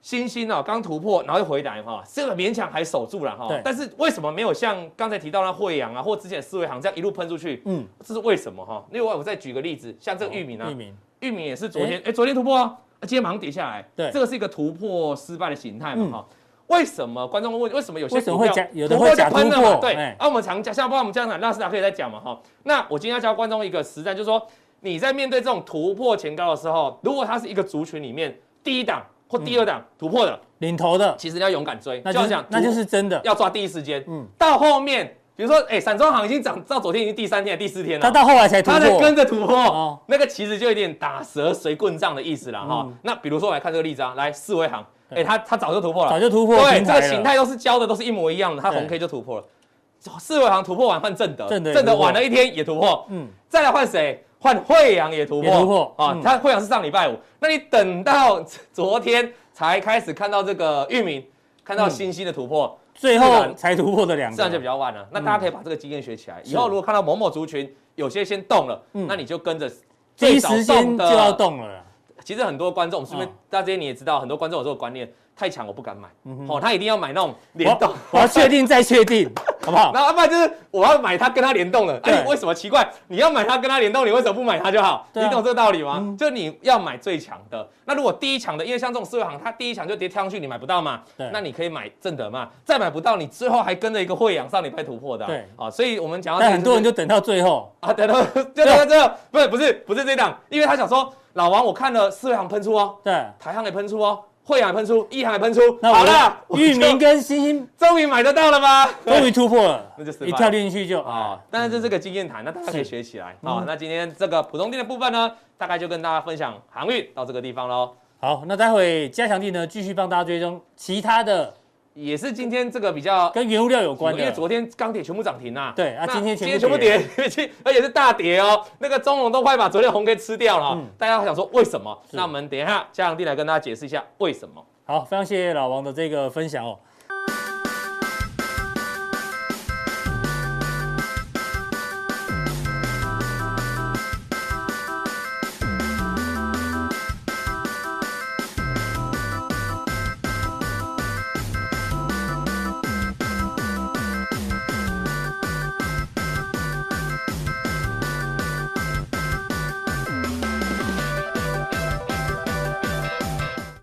[SPEAKER 2] 星星哦，刚突破，然后又回来哈、这个勉强还守住了哈、
[SPEAKER 1] 对
[SPEAKER 2] 但是为什么没有像刚才提到那惠阳啊，或之前的思维行这样一路喷出去？
[SPEAKER 1] 嗯，
[SPEAKER 2] 这是为什么哈、另外，我再举个例子，像这个玉啊米呢、
[SPEAKER 1] 玉米
[SPEAKER 2] 玉米也是昨天，哎、昨天突破哦，啊今天马上跌下来。
[SPEAKER 1] 对
[SPEAKER 2] 这个是一个突破失败的形态
[SPEAKER 1] 嗯
[SPEAKER 2] 嘛哈、为什么观众会问？为什么有些
[SPEAKER 1] 为什么
[SPEAKER 2] 股票
[SPEAKER 1] 会假有的
[SPEAKER 2] 突
[SPEAKER 1] 会
[SPEAKER 2] 破就
[SPEAKER 1] 假突
[SPEAKER 2] 喷了嘛
[SPEAKER 1] 破
[SPEAKER 2] 对，
[SPEAKER 1] 哎
[SPEAKER 2] 啊，我们常讲，像包括我们这样讲纳斯达克也在讲嘛哈。那我今天要教观众一个实战，就是说你在面对这种突破前高的时候，如果它是一个族群里面第一档或第二档突破的，
[SPEAKER 1] 领头的，
[SPEAKER 2] 其实你要勇敢追。
[SPEAKER 1] 嗯那
[SPEAKER 2] 就
[SPEAKER 1] 就
[SPEAKER 2] 要讲
[SPEAKER 1] 是，那就是真的。
[SPEAKER 2] 要抓第一时间。
[SPEAKER 1] 嗯
[SPEAKER 2] 嗯，到后面，比如说，哎，散装行已经涨到昨天已经第三天、第四天了，
[SPEAKER 1] 他到后来才突
[SPEAKER 2] 它在
[SPEAKER 1] 破
[SPEAKER 2] 跟，着突破，
[SPEAKER 1] 哦嗯
[SPEAKER 2] 那个其实就有点打蛇随棍杖的意思了哈、那比如说我来看这个例子啊，来四维行，哎、它它早就突破了，
[SPEAKER 1] 早就突破
[SPEAKER 2] 对，
[SPEAKER 1] 平
[SPEAKER 2] 这
[SPEAKER 1] 台
[SPEAKER 2] 个
[SPEAKER 1] 了
[SPEAKER 2] 形态都是教的，都是一模一样的，它
[SPEAKER 1] 对
[SPEAKER 2] 红 K 就突破了。四维行突破完换正德，
[SPEAKER 1] 正德也突破
[SPEAKER 2] 晚了一天也突破，
[SPEAKER 1] 嗯，
[SPEAKER 2] 再来换谁？换惠阳也突破，
[SPEAKER 1] 也突破
[SPEAKER 2] 啊！
[SPEAKER 1] 嗯
[SPEAKER 2] 它惠阳是上礼拜五，那你等到昨天才开始看到这个域名，看
[SPEAKER 1] 嗯
[SPEAKER 2] 到新兴的突破，
[SPEAKER 1] 最
[SPEAKER 2] 自
[SPEAKER 1] 后
[SPEAKER 2] 然
[SPEAKER 1] 才突破的两
[SPEAKER 2] 这啊样就比
[SPEAKER 1] 个。
[SPEAKER 2] 较晚了。那大家可以把这个经验学起来，以后如果看到某某族群有些先动了，
[SPEAKER 1] 嗯
[SPEAKER 2] 那你就跟着
[SPEAKER 1] 第一
[SPEAKER 2] 最早
[SPEAKER 1] 时间就要。动了啦，
[SPEAKER 2] 其实很多观众，是不是
[SPEAKER 1] 嗯
[SPEAKER 2] 大家你也知道，很多观众有这个观念，太强我不敢买
[SPEAKER 1] 嗯哼，
[SPEAKER 2] 哦，他一定要买那种联动
[SPEAKER 1] 我。我要确定再确定，好不 好？
[SPEAKER 2] 然后要啊不然就是我要买它跟它联动了，哎、
[SPEAKER 1] 对
[SPEAKER 2] 你为什么奇怪？你要买它跟它联动，你为什么不买它就好？
[SPEAKER 1] 对啊
[SPEAKER 2] 你懂这个道理吗？
[SPEAKER 1] 嗯
[SPEAKER 2] 就你要买最强的。那如果第一强的，因为像这种四维行，它第一强就直接跳上去，你买不到嘛
[SPEAKER 1] 对，
[SPEAKER 2] 那你可以买正德嘛，再买不到，你最后还跟着一个惠阳上礼拜突破的啊、
[SPEAKER 1] 对
[SPEAKER 2] 啊，所以我们讲到这
[SPEAKER 1] 但
[SPEAKER 2] 个
[SPEAKER 1] 很多人
[SPEAKER 2] 就
[SPEAKER 1] 就啊等到最后，
[SPEAKER 2] 啊， 等到就等到这个，不是不是不是这一档，因为他想说老王，我看了四维行喷出哦，
[SPEAKER 1] 对，
[SPEAKER 2] 台行也喷出哦，惠阳也喷出，一行也喷出，
[SPEAKER 1] 那
[SPEAKER 2] 好
[SPEAKER 1] 我
[SPEAKER 2] 了，
[SPEAKER 1] 的域名
[SPEAKER 2] 我就
[SPEAKER 1] 跟星星
[SPEAKER 2] 终于买得到了吗？
[SPEAKER 1] 终于突破了
[SPEAKER 2] 那就，失败
[SPEAKER 1] 一跳进去就
[SPEAKER 2] 啊
[SPEAKER 1] 啊，，
[SPEAKER 2] 但是这是个经验谈，那大家可以学起来啊
[SPEAKER 1] 嗯。
[SPEAKER 2] 那今天这个普通店的部分呢，大概就跟大家分享航运到这个地方喽。
[SPEAKER 1] 好，那待会加强地呢继续帮大家追踪其他的
[SPEAKER 2] 也是今天这个比较，
[SPEAKER 1] 跟原物料有关
[SPEAKER 2] 因
[SPEAKER 1] 的，
[SPEAKER 2] 为昨天钢铁全部涨停呐，
[SPEAKER 1] 对啊
[SPEAKER 2] 那
[SPEAKER 1] 今天全
[SPEAKER 2] 今
[SPEAKER 1] 部
[SPEAKER 2] 天全部跌，而且是大跌哦。那个中龙都快把昨天红给吃掉了哦
[SPEAKER 1] 嗯，
[SPEAKER 2] 大家想说为什么？
[SPEAKER 1] 是
[SPEAKER 2] 那我们等一下嘉良弟来跟大家解释一下为什么。
[SPEAKER 1] 好，非常谢谢老王的这个分享哦。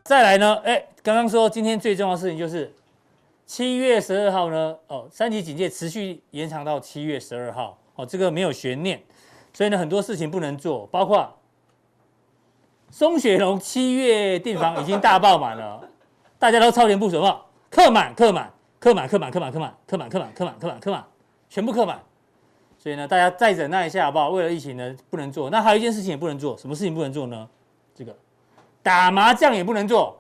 [SPEAKER 1] 再来呢，哎，刚刚说今天最重要的事情就是七月十二号呢，哦，三级警戒持续延长到七月十二号，哦，这个没有悬念，所以呢，很多事情不能做，包括松雪龙七月订房已 经大爆满了，大家都超前部署嘛，客满客满客满客满客满客满客满客满客满客满客满，全部客满。所以呢，大家再忍耐一下好不好？为了疫情呢，不能做。那还有一件事情也不能做，什么事情不能做呢？这个打麻将也不能做。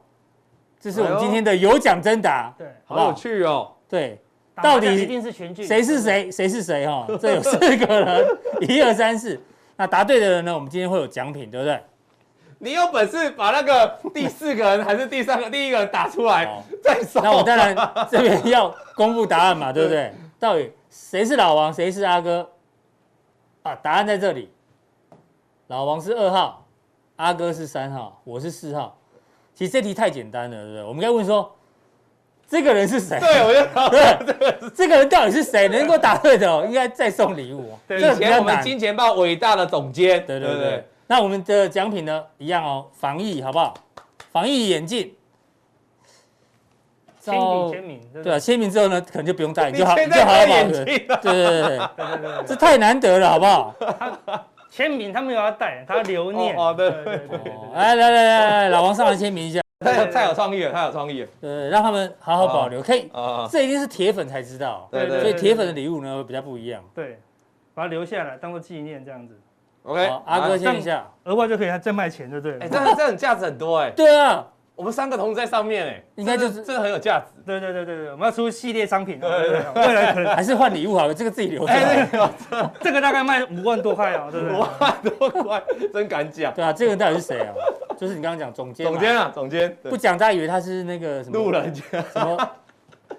[SPEAKER 1] 这是我们今天的有奖征答，
[SPEAKER 3] 对，
[SPEAKER 1] 好不好
[SPEAKER 2] 趣哦。
[SPEAKER 1] 对，
[SPEAKER 3] 打麻
[SPEAKER 1] 到底
[SPEAKER 3] 将一定是全剧，
[SPEAKER 1] 谁是？谁，谁是谁哈、这有四个人，一二三四。那答对的人呢，我们今天会有奖品，对不对？
[SPEAKER 2] 你有本事把那个第四个人还是第三个、第一个人打出来
[SPEAKER 1] 好
[SPEAKER 2] 再
[SPEAKER 1] 哦
[SPEAKER 2] 说。
[SPEAKER 1] 那我当然这边要公布答案嘛，对不对？到底谁是老王，谁是阿哥？啊，答案在这里。老王是二号，阿哥是三号，我是四号。其实这题太简单了，对不对？我们该问说，这个人是谁？
[SPEAKER 2] 对，我 就
[SPEAKER 1] 对，这个人到底是谁？能够答对的哦，应该再送礼物哦。
[SPEAKER 3] 对
[SPEAKER 1] 这个
[SPEAKER 2] 以
[SPEAKER 1] 比
[SPEAKER 2] 前
[SPEAKER 1] 较
[SPEAKER 2] 我们
[SPEAKER 1] 难
[SPEAKER 2] 金钱豹伟大的总监，
[SPEAKER 1] 对对对那我们的奖品呢，一样哦，防疫好不好？防疫眼镜，
[SPEAKER 3] 亲笔签名，对不
[SPEAKER 1] 对啊，签名之后呢，可能就不用戴，你
[SPEAKER 2] 你
[SPEAKER 1] 就好，
[SPEAKER 2] 现
[SPEAKER 1] 你就好好
[SPEAKER 2] 在戴
[SPEAKER 1] 保
[SPEAKER 2] 眼
[SPEAKER 1] 存。对
[SPEAKER 2] 镜了，
[SPEAKER 1] 对对对，
[SPEAKER 3] 对对对对
[SPEAKER 1] 这太难得了，好不 好？
[SPEAKER 3] 签名他们有要带，他要留念。
[SPEAKER 2] 哦哦对
[SPEAKER 3] 对对对对
[SPEAKER 1] 哦来来来来来，老王上来签名一下，
[SPEAKER 2] 太有太有创意了，太有创意了
[SPEAKER 1] 呃，让他们好好保留。可以，
[SPEAKER 2] 啊！
[SPEAKER 1] 这一定是铁粉才知道，
[SPEAKER 2] 对对
[SPEAKER 1] 所以
[SPEAKER 2] 对
[SPEAKER 1] 铁粉的礼物呢会比较不一样。
[SPEAKER 3] 对，把它留下来当做纪念这样子，
[SPEAKER 2] ，OK，
[SPEAKER 1] 好，阿哥
[SPEAKER 2] 来
[SPEAKER 1] 签一下。
[SPEAKER 3] 额外就可以再卖钱，就对
[SPEAKER 2] 哎，
[SPEAKER 3] 了。
[SPEAKER 2] 这样这样价值很多哎，
[SPEAKER 1] 对啊，
[SPEAKER 2] 我们三个同时在上面哎，
[SPEAKER 1] 应该就是
[SPEAKER 2] 真的真的很有价值。
[SPEAKER 3] 对对对对对，我们要出系列商品哦，对对对，未来可能
[SPEAKER 1] 还是换礼物好了，这个自己留着好了。
[SPEAKER 2] 哎，那个
[SPEAKER 3] 这个大概卖五万多块哦，对不
[SPEAKER 2] 五
[SPEAKER 3] 对？
[SPEAKER 2] 万多块，真敢讲。
[SPEAKER 1] 对啊，这个人到底是谁啊？就是你刚刚讲总监嘛。
[SPEAKER 2] 总监啊，总监，对
[SPEAKER 1] 不讲，大家以为他是那个什么
[SPEAKER 2] 路人甲，
[SPEAKER 1] 什么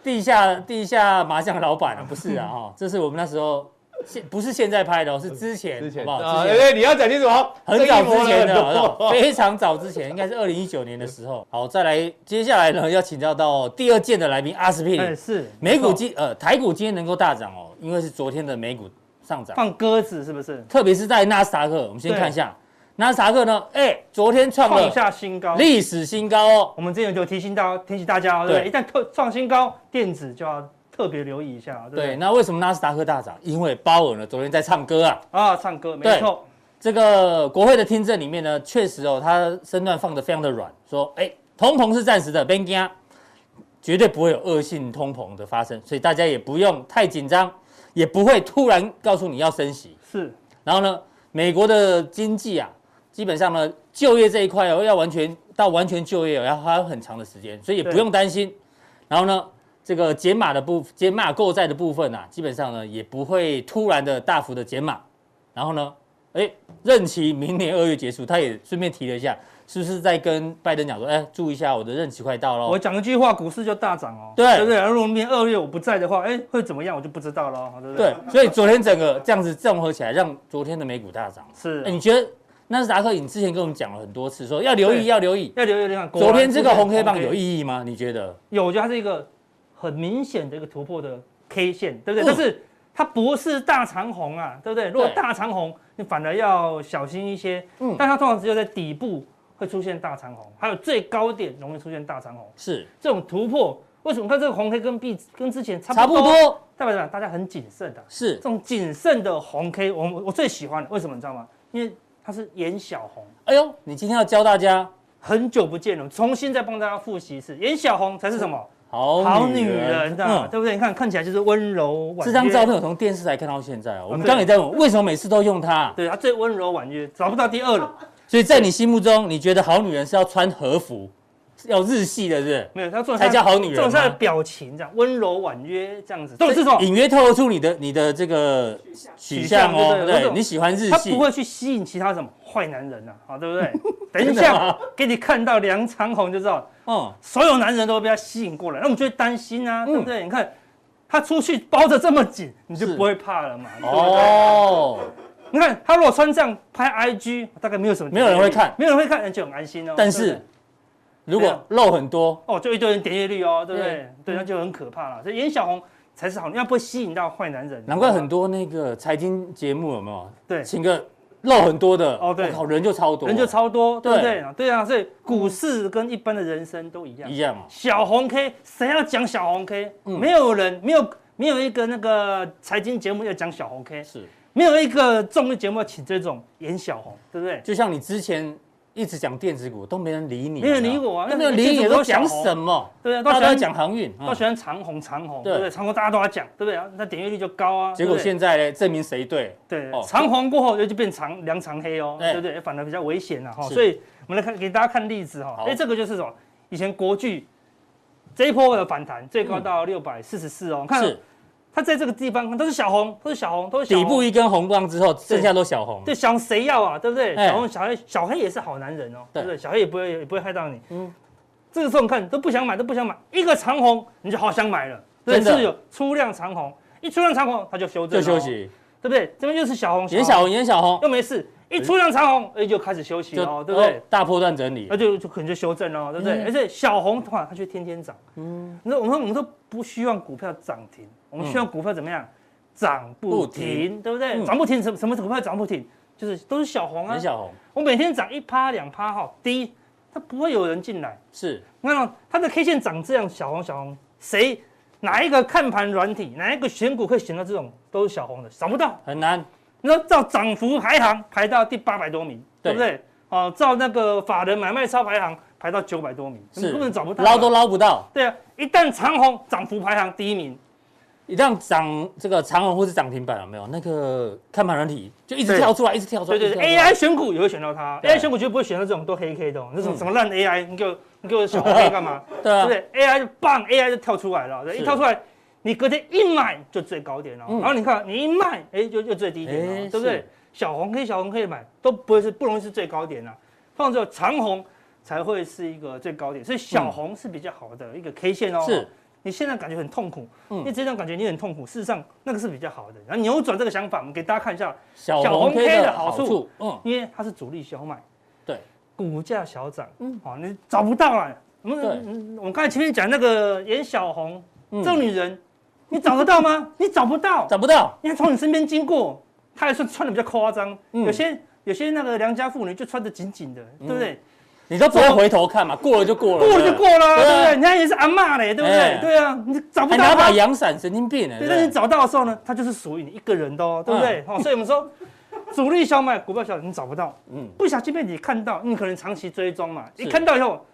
[SPEAKER 1] 地下地下麻将老板啊，不是啊哈、这是我们那时候现不是现在拍的哦，是之前
[SPEAKER 2] 之前
[SPEAKER 1] 好不
[SPEAKER 2] 啊，
[SPEAKER 1] 好？之前
[SPEAKER 2] 哎，你要讲清楚哦，
[SPEAKER 1] 很早
[SPEAKER 2] 这
[SPEAKER 1] 之
[SPEAKER 2] 一模
[SPEAKER 1] 前的，
[SPEAKER 2] 人很
[SPEAKER 1] 好不
[SPEAKER 2] 多
[SPEAKER 1] 好哎非常早之前，应该是二零一九年的时候。好，再来，接下来呢要请教到第二届的来宾阿司匹
[SPEAKER 3] 哎，
[SPEAKER 1] 林，
[SPEAKER 3] 是
[SPEAKER 1] 美股今呃台股今天能够大涨哦，因为是昨天的美股上涨，
[SPEAKER 3] 放鸽子是不是？
[SPEAKER 1] 特别是在纳斯达克，我们先
[SPEAKER 3] 对
[SPEAKER 1] 看一下纳斯达克呢，哎，昨天创
[SPEAKER 3] 创
[SPEAKER 1] 了
[SPEAKER 3] 下新高。
[SPEAKER 1] 历史新高哦。
[SPEAKER 3] 我们之前就提醒到提醒大家哦，对不对，一旦特创新高，电子就要特别留意一下哦，对不
[SPEAKER 1] 对，
[SPEAKER 3] 对？
[SPEAKER 1] 那为什么纳斯达克大涨？因为鲍尔呢昨天在唱歌啊，
[SPEAKER 3] 啊，唱歌
[SPEAKER 1] 对
[SPEAKER 3] 没错，
[SPEAKER 1] 这个国会的听证里面呢，确实哦，他身段放得非常的软，说哎，通膨是暂时的，别惊，绝对不会有恶性通膨的发生，所以大家也不用太紧张，也不会突然告诉你要升息。
[SPEAKER 3] 是
[SPEAKER 1] 然后呢，美国的经济啊，基本上呢，就业这一块哦，要完全到完全就业、哦，要还有很长的时间，所以也不
[SPEAKER 3] 对
[SPEAKER 1] 用担心。然后呢，这个减码的部减码购债的部分啊，基本上呢也不会突然的大幅的减码。然后呢，哎，任期明年二月结束，他也顺便提了一下，是不是在跟拜登讲说，哎，注意一下，我的任期快到
[SPEAKER 3] 我
[SPEAKER 1] 喽。
[SPEAKER 3] 讲一句话，股市就大涨哦，
[SPEAKER 1] 哦对
[SPEAKER 3] 对不对？而如果明年二月我不在的话，哎，会怎么样我就不知道了，对不对？
[SPEAKER 1] 对，所以昨天整个这样子综合起来，让昨天的美股大涨。
[SPEAKER 3] 是
[SPEAKER 1] 哎，你觉得纳斯达克？你之前跟我们讲了很多次，说要留意，
[SPEAKER 3] 对
[SPEAKER 1] 要留意。
[SPEAKER 3] 要留意留意。
[SPEAKER 1] 昨天这个红黑棒有
[SPEAKER 3] 意。
[SPEAKER 1] 意义吗？你觉得？
[SPEAKER 3] 有，我觉得它是一个很明显的一个突破的 K 线，对不对？但是它不是大长红啊，对不对？如果
[SPEAKER 1] 哦对
[SPEAKER 3] 大长红，你反而要小心一些。
[SPEAKER 1] 嗯
[SPEAKER 3] 但它通常只有在底部会出现大长红，还有最高点容易出现大长红。
[SPEAKER 1] 是
[SPEAKER 3] 这种突破，为什么看这个红 K 跟 B 跟之前差
[SPEAKER 1] 差
[SPEAKER 3] 不
[SPEAKER 1] 不
[SPEAKER 3] 多？
[SPEAKER 1] 多，
[SPEAKER 3] 代表什么？大家很谨慎的、
[SPEAKER 1] 是
[SPEAKER 3] 这种谨慎的红 K，我我最喜欢的，为什么你知道吗？因为它是眼小红。
[SPEAKER 1] 哎呦，你今天要教大家
[SPEAKER 3] 很久不见了，重新再帮大家复习一次。眼小红才是什么？
[SPEAKER 1] 好啊
[SPEAKER 3] 好女人啊呐、
[SPEAKER 1] 嗯
[SPEAKER 3] 对不对？你看看起来就是温柔婉约。
[SPEAKER 1] 这张照片，我从电视台看到现在哦，我们
[SPEAKER 3] 对
[SPEAKER 1] 刚刚也在问，为什么每次都用它？
[SPEAKER 3] 对啊她最温柔婉约，找不到第 二了。
[SPEAKER 1] 所以在你心目中，你觉得好女人是要穿和服，是要日系的，是不是？
[SPEAKER 3] 没有，她做
[SPEAKER 1] 才叫好女人
[SPEAKER 3] 做她的
[SPEAKER 1] 吗
[SPEAKER 3] 表情这样温柔婉约这样子，重点是什么？
[SPEAKER 1] 隐约透露出你的你的这个取向哦，
[SPEAKER 3] 取向对对我
[SPEAKER 1] 对，
[SPEAKER 3] 懂
[SPEAKER 1] 你喜欢日
[SPEAKER 3] 她
[SPEAKER 1] 系，
[SPEAKER 3] 不会去吸引其他什么坏男人呐、啊，好对 不对？等一
[SPEAKER 1] 真的吗
[SPEAKER 3] 下给你看到梁长虹就知道，
[SPEAKER 1] 嗯，
[SPEAKER 3] 所有男人都会被她吸引过来，那我们就会担心啊，
[SPEAKER 1] 嗯
[SPEAKER 3] 对不对？你看她出去包的这么紧，你就是不会怕了嘛，对不对？
[SPEAKER 1] 哦，
[SPEAKER 3] 你看她如果穿这样拍 IG，大概没有什么，
[SPEAKER 1] 没有人会看
[SPEAKER 3] 没有人会看，就很安心哦。
[SPEAKER 1] 但
[SPEAKER 3] 对不
[SPEAKER 1] 是
[SPEAKER 3] 对
[SPEAKER 1] 如果肉很多，
[SPEAKER 3] 哦，就一堆人点阅率哦，对不对？
[SPEAKER 1] 对嗯
[SPEAKER 3] 对，那就很可怕了。所以严小红才是好，要不会吸引到坏男人。
[SPEAKER 1] 难怪很多那个财经节目有没有？
[SPEAKER 3] 对
[SPEAKER 1] 请个肉很多的，
[SPEAKER 3] 哦对
[SPEAKER 1] 我靠，人就超多，
[SPEAKER 3] 人就超多，对不
[SPEAKER 1] 对
[SPEAKER 3] 对？对啊，所以股市跟一般的人生都一样啊
[SPEAKER 1] 一。样啊嘛。
[SPEAKER 3] 小红 K，谁要讲小红 K？、
[SPEAKER 1] 嗯
[SPEAKER 3] 没有人，没有，没有一个那个财经节目要讲小红 K，
[SPEAKER 1] 是，
[SPEAKER 3] 没有一个综艺节目要请这种演小红，对不对？
[SPEAKER 1] 就像你之前一直讲电子股，都没人理你，
[SPEAKER 3] 没人
[SPEAKER 1] 你知道
[SPEAKER 3] 理我啊
[SPEAKER 1] 都没人理
[SPEAKER 3] 那电子
[SPEAKER 1] 你，
[SPEAKER 3] 股
[SPEAKER 1] 都
[SPEAKER 3] 都
[SPEAKER 1] 讲
[SPEAKER 3] 小
[SPEAKER 1] 什么？
[SPEAKER 3] 对啊，
[SPEAKER 1] 大家都
[SPEAKER 3] 喜
[SPEAKER 1] 在
[SPEAKER 3] 欢
[SPEAKER 1] 讲，航运，嗯
[SPEAKER 3] 都喜欢长红长红，
[SPEAKER 1] 对
[SPEAKER 3] 对不对？长红大家都要讲，对不对？那点阅率就高啊。
[SPEAKER 1] 结
[SPEAKER 3] 对
[SPEAKER 1] 果
[SPEAKER 3] 不对
[SPEAKER 1] 现在呢，证明谁对？
[SPEAKER 3] 对
[SPEAKER 1] 哦，
[SPEAKER 3] 长红过后就就变长凉长黑哦，
[SPEAKER 1] 对
[SPEAKER 3] 对不对？反而比较危险啊了哈。
[SPEAKER 1] 是
[SPEAKER 3] 所以我们来看给大家看例子哈
[SPEAKER 1] 好。
[SPEAKER 3] 哎，这个就是什么？以前国巨这一波的反弹最高到六百四十四哦，看
[SPEAKER 1] 嗯是
[SPEAKER 3] 它在这个地方都是小红，都是小红，都是小
[SPEAKER 1] 底部
[SPEAKER 3] 红。
[SPEAKER 1] 一根红棒之后，剩下都小红。
[SPEAKER 3] 对，小红谁要啊？对不对？
[SPEAKER 1] 哎
[SPEAKER 3] 小红、小黑、小黑也是好男人哦，
[SPEAKER 1] 对
[SPEAKER 3] 对不对？小黑也不会也不会害到你。
[SPEAKER 1] 嗯
[SPEAKER 3] 嗯，这个时候你看都不想买，都不想买，一个长红你就好想买了，对
[SPEAKER 1] 真的
[SPEAKER 3] 不对，是不是有出量长红，一出量长红它就修正，哦
[SPEAKER 1] 就休，息，
[SPEAKER 3] 对不对？这边就是小红，
[SPEAKER 1] 演
[SPEAKER 3] 红
[SPEAKER 1] 小红，演小红，
[SPEAKER 3] 又没事，一出量长红，哎，就开始休息
[SPEAKER 1] 就
[SPEAKER 3] 了哦，对不呃对
[SPEAKER 1] 哦？嗯大波段整理
[SPEAKER 3] 那，就就可能就修正哦，对不对？而且小红的话，它却天天涨。嗯，那我们我们都不希望股票涨停，我们
[SPEAKER 1] 嗯
[SPEAKER 3] 希望股票怎么样？涨不停，对不对？涨不停，什么什么股票涨不停？就是都是小红啊
[SPEAKER 1] 很。小红
[SPEAKER 3] 我每天涨一趴两趴哈，第一，它不会有人进来。
[SPEAKER 1] 是
[SPEAKER 3] 你看哦它的 K 线长这样，小红小红，谁哪一个看盘软体，哪一个选股可以选到这种都是小红的，找不到。
[SPEAKER 1] 很难，
[SPEAKER 3] 你说照涨幅排行排到第八百多名，
[SPEAKER 1] 对
[SPEAKER 3] 对不对？哦，照那个法人买卖超排行排到九百多名，你
[SPEAKER 1] 是
[SPEAKER 3] 根本找不到啊，
[SPEAKER 1] 捞都捞不到。
[SPEAKER 3] 对啊！一旦长虹涨幅排行第一名，
[SPEAKER 1] 一旦涨这个长虹或是涨停板有没有？那个看盘软体就一直
[SPEAKER 3] 对
[SPEAKER 1] 跳出来，一直跳出来。
[SPEAKER 3] 对对
[SPEAKER 1] 一直
[SPEAKER 3] 对
[SPEAKER 1] 跳出来
[SPEAKER 3] ，AI 选股也会选到它
[SPEAKER 1] 对
[SPEAKER 3] ，AI 选股绝对不会选到这种都黑 K 的哦，那种
[SPEAKER 1] 嗯
[SPEAKER 3] 什么烂 AI，你给我你给 我小黑干嘛？
[SPEAKER 1] 对
[SPEAKER 3] 对
[SPEAKER 1] 啊
[SPEAKER 3] 不，对？AI 就棒，AI 就跳出来了，对
[SPEAKER 1] 是
[SPEAKER 3] 一跳出来，你隔天一买就最高点了，
[SPEAKER 1] 嗯
[SPEAKER 3] 然后你看你一卖，哎，就就最低点
[SPEAKER 1] 哎
[SPEAKER 3] 了，对不对
[SPEAKER 1] 是？
[SPEAKER 3] 小红 K 小红 K 买都不会是不容易是最高点了，放只有长红才会是一个最高点，所以小红是比较好的一个 K 线哦。
[SPEAKER 1] 是，
[SPEAKER 3] 你现在感觉很痛苦，
[SPEAKER 1] 嗯
[SPEAKER 3] 你这段感觉你很痛苦，事实上那个是比较好的。然后扭转这个想法，我们给大家看一下，
[SPEAKER 1] 小
[SPEAKER 3] 小
[SPEAKER 1] 红
[SPEAKER 3] 红
[SPEAKER 1] K
[SPEAKER 3] K
[SPEAKER 1] 的
[SPEAKER 3] 的好
[SPEAKER 1] 好
[SPEAKER 3] 处
[SPEAKER 1] 处，嗯，
[SPEAKER 3] 因为它是主力小买，
[SPEAKER 1] 对，
[SPEAKER 3] 股价小涨，
[SPEAKER 1] 嗯
[SPEAKER 3] 嗯，好、你找不到啊。我
[SPEAKER 1] 对
[SPEAKER 3] 们嗯我们刚才前面讲那个严小红、
[SPEAKER 1] 嗯
[SPEAKER 3] 这种女人，你找得 到吗？你找不到，
[SPEAKER 1] 找不到，
[SPEAKER 3] 你还从你身边经过，她还说穿的比较夸张，
[SPEAKER 1] 嗯
[SPEAKER 3] 有些有些那个良家妇女就穿的紧紧的，对不
[SPEAKER 1] 嗯啊
[SPEAKER 3] 对？
[SPEAKER 1] 你都不会回头看嘛，过了就过了，
[SPEAKER 3] 过了就过了，
[SPEAKER 1] 对
[SPEAKER 3] 对
[SPEAKER 1] 啊
[SPEAKER 3] 不对？人家也是阿嬷嘞，对不
[SPEAKER 1] 哎
[SPEAKER 3] 对？对啊，你找
[SPEAKER 1] 对不
[SPEAKER 3] 不
[SPEAKER 1] 对，还
[SPEAKER 3] 到
[SPEAKER 1] 拿把
[SPEAKER 3] 她，
[SPEAKER 1] 阳伞，神经病啊！不
[SPEAKER 3] 对，
[SPEAKER 1] 嗯
[SPEAKER 3] 但是你找到的时候呢，她就是属于你一个人的哦，对不对？好，所以我 们说，主力小买股票小，你找不到。
[SPEAKER 1] 嗯，
[SPEAKER 3] 不小心被你看到，你可能长期追踪嘛，
[SPEAKER 1] 是
[SPEAKER 3] 一看到以后，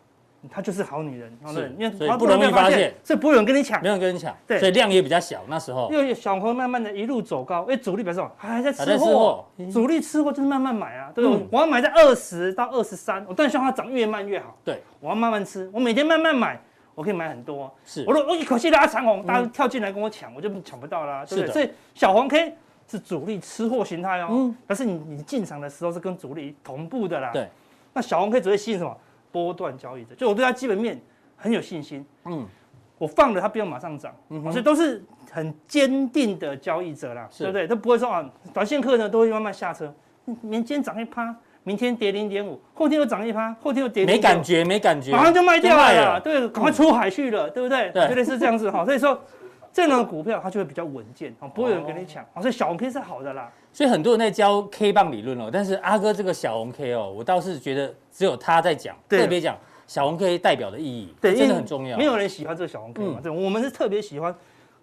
[SPEAKER 3] 她就是好女人，哦好女人，因
[SPEAKER 1] 所
[SPEAKER 3] 为
[SPEAKER 1] 以
[SPEAKER 3] 她
[SPEAKER 1] 不容易
[SPEAKER 3] 被
[SPEAKER 1] 发现，
[SPEAKER 3] 所以不会有人跟你抢
[SPEAKER 1] 没。有人跟你抢，
[SPEAKER 3] 对
[SPEAKER 1] 所以量也比较小。那时候
[SPEAKER 3] 因为小红慢慢的一路走高，哎，主力表示还
[SPEAKER 1] 还
[SPEAKER 3] 在吃
[SPEAKER 1] 在吃
[SPEAKER 3] 货哎
[SPEAKER 1] 货，
[SPEAKER 3] 主力吃货就是慢慢买啊，对不对？
[SPEAKER 1] 嗯
[SPEAKER 3] 我要买在二十到二十三，我当然希望它涨越慢越好。
[SPEAKER 1] 对，
[SPEAKER 3] 我要慢慢吃，我每天慢慢买，我可以买很多。
[SPEAKER 1] 是嗯
[SPEAKER 3] 我，如果我一口气拉长红，大家跳进来跟我抢，我就抢不到啦，对不
[SPEAKER 1] 是的
[SPEAKER 3] 对？所以小红 K 是主力吃货形态哦
[SPEAKER 1] 嗯，
[SPEAKER 3] 但是你你进场的时候是跟主力同步的啦。
[SPEAKER 1] 对，
[SPEAKER 3] 那小红 K 只会吸引什么波段交易者，就我对它基本面很有信心，
[SPEAKER 1] 嗯，
[SPEAKER 3] 我放了它不用马上涨，哦
[SPEAKER 1] 嗯
[SPEAKER 3] 所以
[SPEAKER 1] 哼，
[SPEAKER 3] 都是很坚定的交易者啦，
[SPEAKER 1] 是
[SPEAKER 3] 对不对？都不会说啊，短线客呢都会慢慢下车，嗯明天涨一趴，明天跌零点五，后天又涨一趴，后天又跌0.5，
[SPEAKER 1] 没感觉，没感觉，
[SPEAKER 3] 马上就卖掉了
[SPEAKER 1] 就嗯
[SPEAKER 3] 啦，对，赶快出海去了，对不对？
[SPEAKER 1] 对
[SPEAKER 3] 绝对是这样子哈。所以说，这种股票它就会比较稳健，哦，不会有人跟你抢，哦所以小红 K 是好的啦。
[SPEAKER 1] 所以很多人在教 K 棒理论哦，但是阿哥这个小红 K 哦，我倒是觉得只有他在讲，
[SPEAKER 3] 对
[SPEAKER 1] 特别讲小红 K 代表的意义，
[SPEAKER 3] 对，
[SPEAKER 1] 真
[SPEAKER 3] 因
[SPEAKER 1] 的
[SPEAKER 3] 为
[SPEAKER 1] 很重要。
[SPEAKER 3] 没有人喜欢这个小红 K 嘛，
[SPEAKER 1] 嗯
[SPEAKER 3] 对，我们是特别喜欢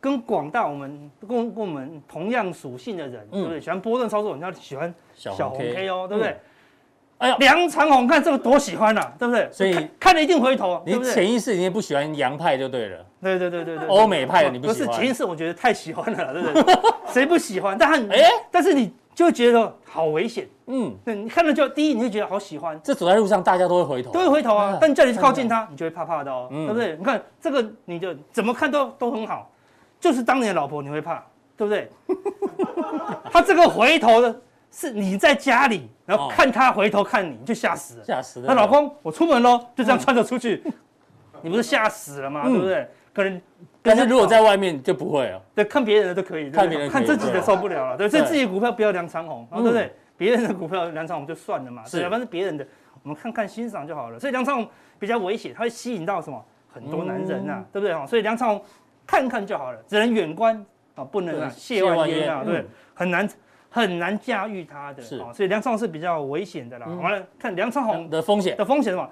[SPEAKER 3] 跟广大我们跟跟我们同样属性的人，对不对？喜欢波段操作，你要喜欢
[SPEAKER 1] 嗯小
[SPEAKER 3] 小
[SPEAKER 1] 红
[SPEAKER 3] 红
[SPEAKER 1] K
[SPEAKER 3] K 哦，对不对？
[SPEAKER 1] 哎呦
[SPEAKER 3] 梁长虹看这个多喜欢呐，对不对？
[SPEAKER 1] 所以
[SPEAKER 3] 看看了一定回头，对
[SPEAKER 1] 你
[SPEAKER 3] 不对？
[SPEAKER 1] 潜意识已经不喜欢洋派就对了，
[SPEAKER 3] 对对对对对，
[SPEAKER 1] 欧美派的你不
[SPEAKER 3] 不
[SPEAKER 1] 喜
[SPEAKER 3] 是
[SPEAKER 1] 欢
[SPEAKER 3] 潜意识，我觉得太喜欢了啦，对不对？ 谁不喜欢？但
[SPEAKER 1] 哎
[SPEAKER 3] 但是你就觉得好危险，
[SPEAKER 1] 嗯，哦
[SPEAKER 3] 对，你看了就第一你就觉得好喜欢，
[SPEAKER 1] 这走在路上大家都会回头，
[SPEAKER 3] 都会回头
[SPEAKER 1] 啊
[SPEAKER 3] 啊。但叫你去靠近它，你就会怕怕的哦，
[SPEAKER 1] 嗯
[SPEAKER 3] 对不对？你看这个，你就怎么看都都很好，就是当你的老婆你会怕，对不对？他这个回头的是你在家里，然后
[SPEAKER 1] 哦
[SPEAKER 3] 看他回头看你，你就吓死了。
[SPEAKER 1] 吓死人
[SPEAKER 3] 那老公，我出门喽，就这样穿着出去，你不是吓死了吗？
[SPEAKER 1] 嗯
[SPEAKER 3] 对不对？可能，
[SPEAKER 1] 但是如果在外面就不会了，哦
[SPEAKER 3] 对看别人的都可以，对不对
[SPEAKER 1] 看别人可以
[SPEAKER 3] 看自己的受不了了，对，所以
[SPEAKER 1] 对嗯
[SPEAKER 3] 自己的股票不要量长红，然后对不对？别人的股票量长红就算了嘛，
[SPEAKER 1] 是
[SPEAKER 3] 对，反正别人的我们看看欣赏就好了。所以梁长红比较危险，它会吸引到什么很多男人
[SPEAKER 1] 嗯
[SPEAKER 3] 呐，对不对？哈，所以梁长红看看就好了，只能远观啊，不能啊
[SPEAKER 1] 对
[SPEAKER 3] 亵
[SPEAKER 1] 亵
[SPEAKER 3] 玩
[SPEAKER 1] 玩
[SPEAKER 3] 焉
[SPEAKER 1] 焉
[SPEAKER 3] 啊，
[SPEAKER 1] 嗯
[SPEAKER 3] 对，很难很难驾驭它的
[SPEAKER 1] 是，嗯
[SPEAKER 3] 哦所以梁长红是比较危险的啦。完了，看梁长红
[SPEAKER 1] 的风险
[SPEAKER 3] 的风险是什么？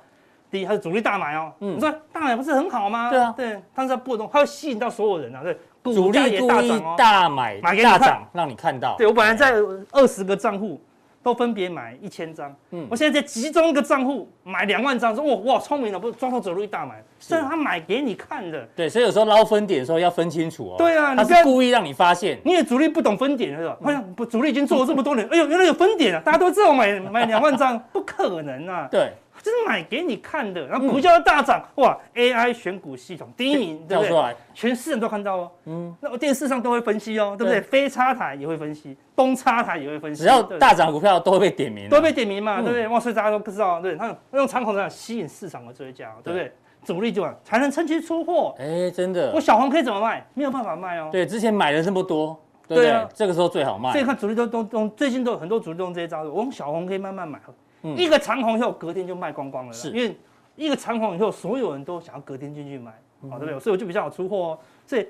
[SPEAKER 3] 第一，它是主力大买哦。
[SPEAKER 1] 嗯
[SPEAKER 3] 你说大买不是很好吗？
[SPEAKER 1] 对啊
[SPEAKER 3] 对，但是它波动，它会吸引到所有人啊。对，
[SPEAKER 1] 主
[SPEAKER 3] 股价
[SPEAKER 1] 力
[SPEAKER 3] 也
[SPEAKER 1] 故
[SPEAKER 3] 大
[SPEAKER 1] 意
[SPEAKER 3] 涨哦。
[SPEAKER 1] 大买
[SPEAKER 3] 买给你
[SPEAKER 1] 大
[SPEAKER 3] 看
[SPEAKER 1] 涨，让你看到，
[SPEAKER 3] 对我本来在二十个账户都分别买一千张，
[SPEAKER 1] 嗯
[SPEAKER 3] 我现在在集中一个账户买两万张，说哇哇聪明了，啊不是装头走路一大买，
[SPEAKER 1] 是
[SPEAKER 3] 这是他买给你看的。
[SPEAKER 1] 对，所以有时候捞分点的时候要分清楚哦。
[SPEAKER 3] 对啊
[SPEAKER 1] 他
[SPEAKER 3] 你不要
[SPEAKER 1] 是故意让你发现，
[SPEAKER 3] 你也主力不懂分点是吧？
[SPEAKER 1] 嗯
[SPEAKER 3] 哎呀，不，主力已经做了这么多年，哎呦，原来有分点啊！大家都知道买买两万 张，不可能啊！
[SPEAKER 1] 对，
[SPEAKER 3] 这是买给你看的，
[SPEAKER 1] 嗯
[SPEAKER 3] 然后股价大涨，哇！AI 选股系统第一名，对
[SPEAKER 1] 跳
[SPEAKER 3] 不
[SPEAKER 1] 出
[SPEAKER 3] 对？
[SPEAKER 1] 来，
[SPEAKER 3] 全市人都看到哦，
[SPEAKER 1] 啊嗯
[SPEAKER 3] 嗯，那我电视上都会分析哦，对不对？
[SPEAKER 1] 对
[SPEAKER 3] 非插台也会分析，东插台也会分析，
[SPEAKER 1] 只要
[SPEAKER 3] 对不对
[SPEAKER 1] 大涨股票都会被点名啊，
[SPEAKER 3] 都被点名嘛，
[SPEAKER 1] 嗯
[SPEAKER 3] 对不对？哇，所以大家都不知道，对，他用长口的吸引市场的追加，哦对不对？主力就啊才能趁机出货。
[SPEAKER 1] 哎，真的
[SPEAKER 3] 我，小红可以怎么卖？没有办法卖哦。
[SPEAKER 1] 对，之前买了这么多，对不
[SPEAKER 3] 对
[SPEAKER 1] 对
[SPEAKER 3] 啊？
[SPEAKER 1] 这个时候最好卖
[SPEAKER 3] 所以。看主力都都都最近都有很多主力都用这一招，我用小红可以慢慢买，
[SPEAKER 1] 嗯
[SPEAKER 3] 一个长红以后隔天就卖光光了啦，
[SPEAKER 1] 是
[SPEAKER 3] 因为一个长红以后，所有人都想要隔天进去买，
[SPEAKER 1] 嗯
[SPEAKER 3] 好、对不对？所以我就比较好出货哦，所以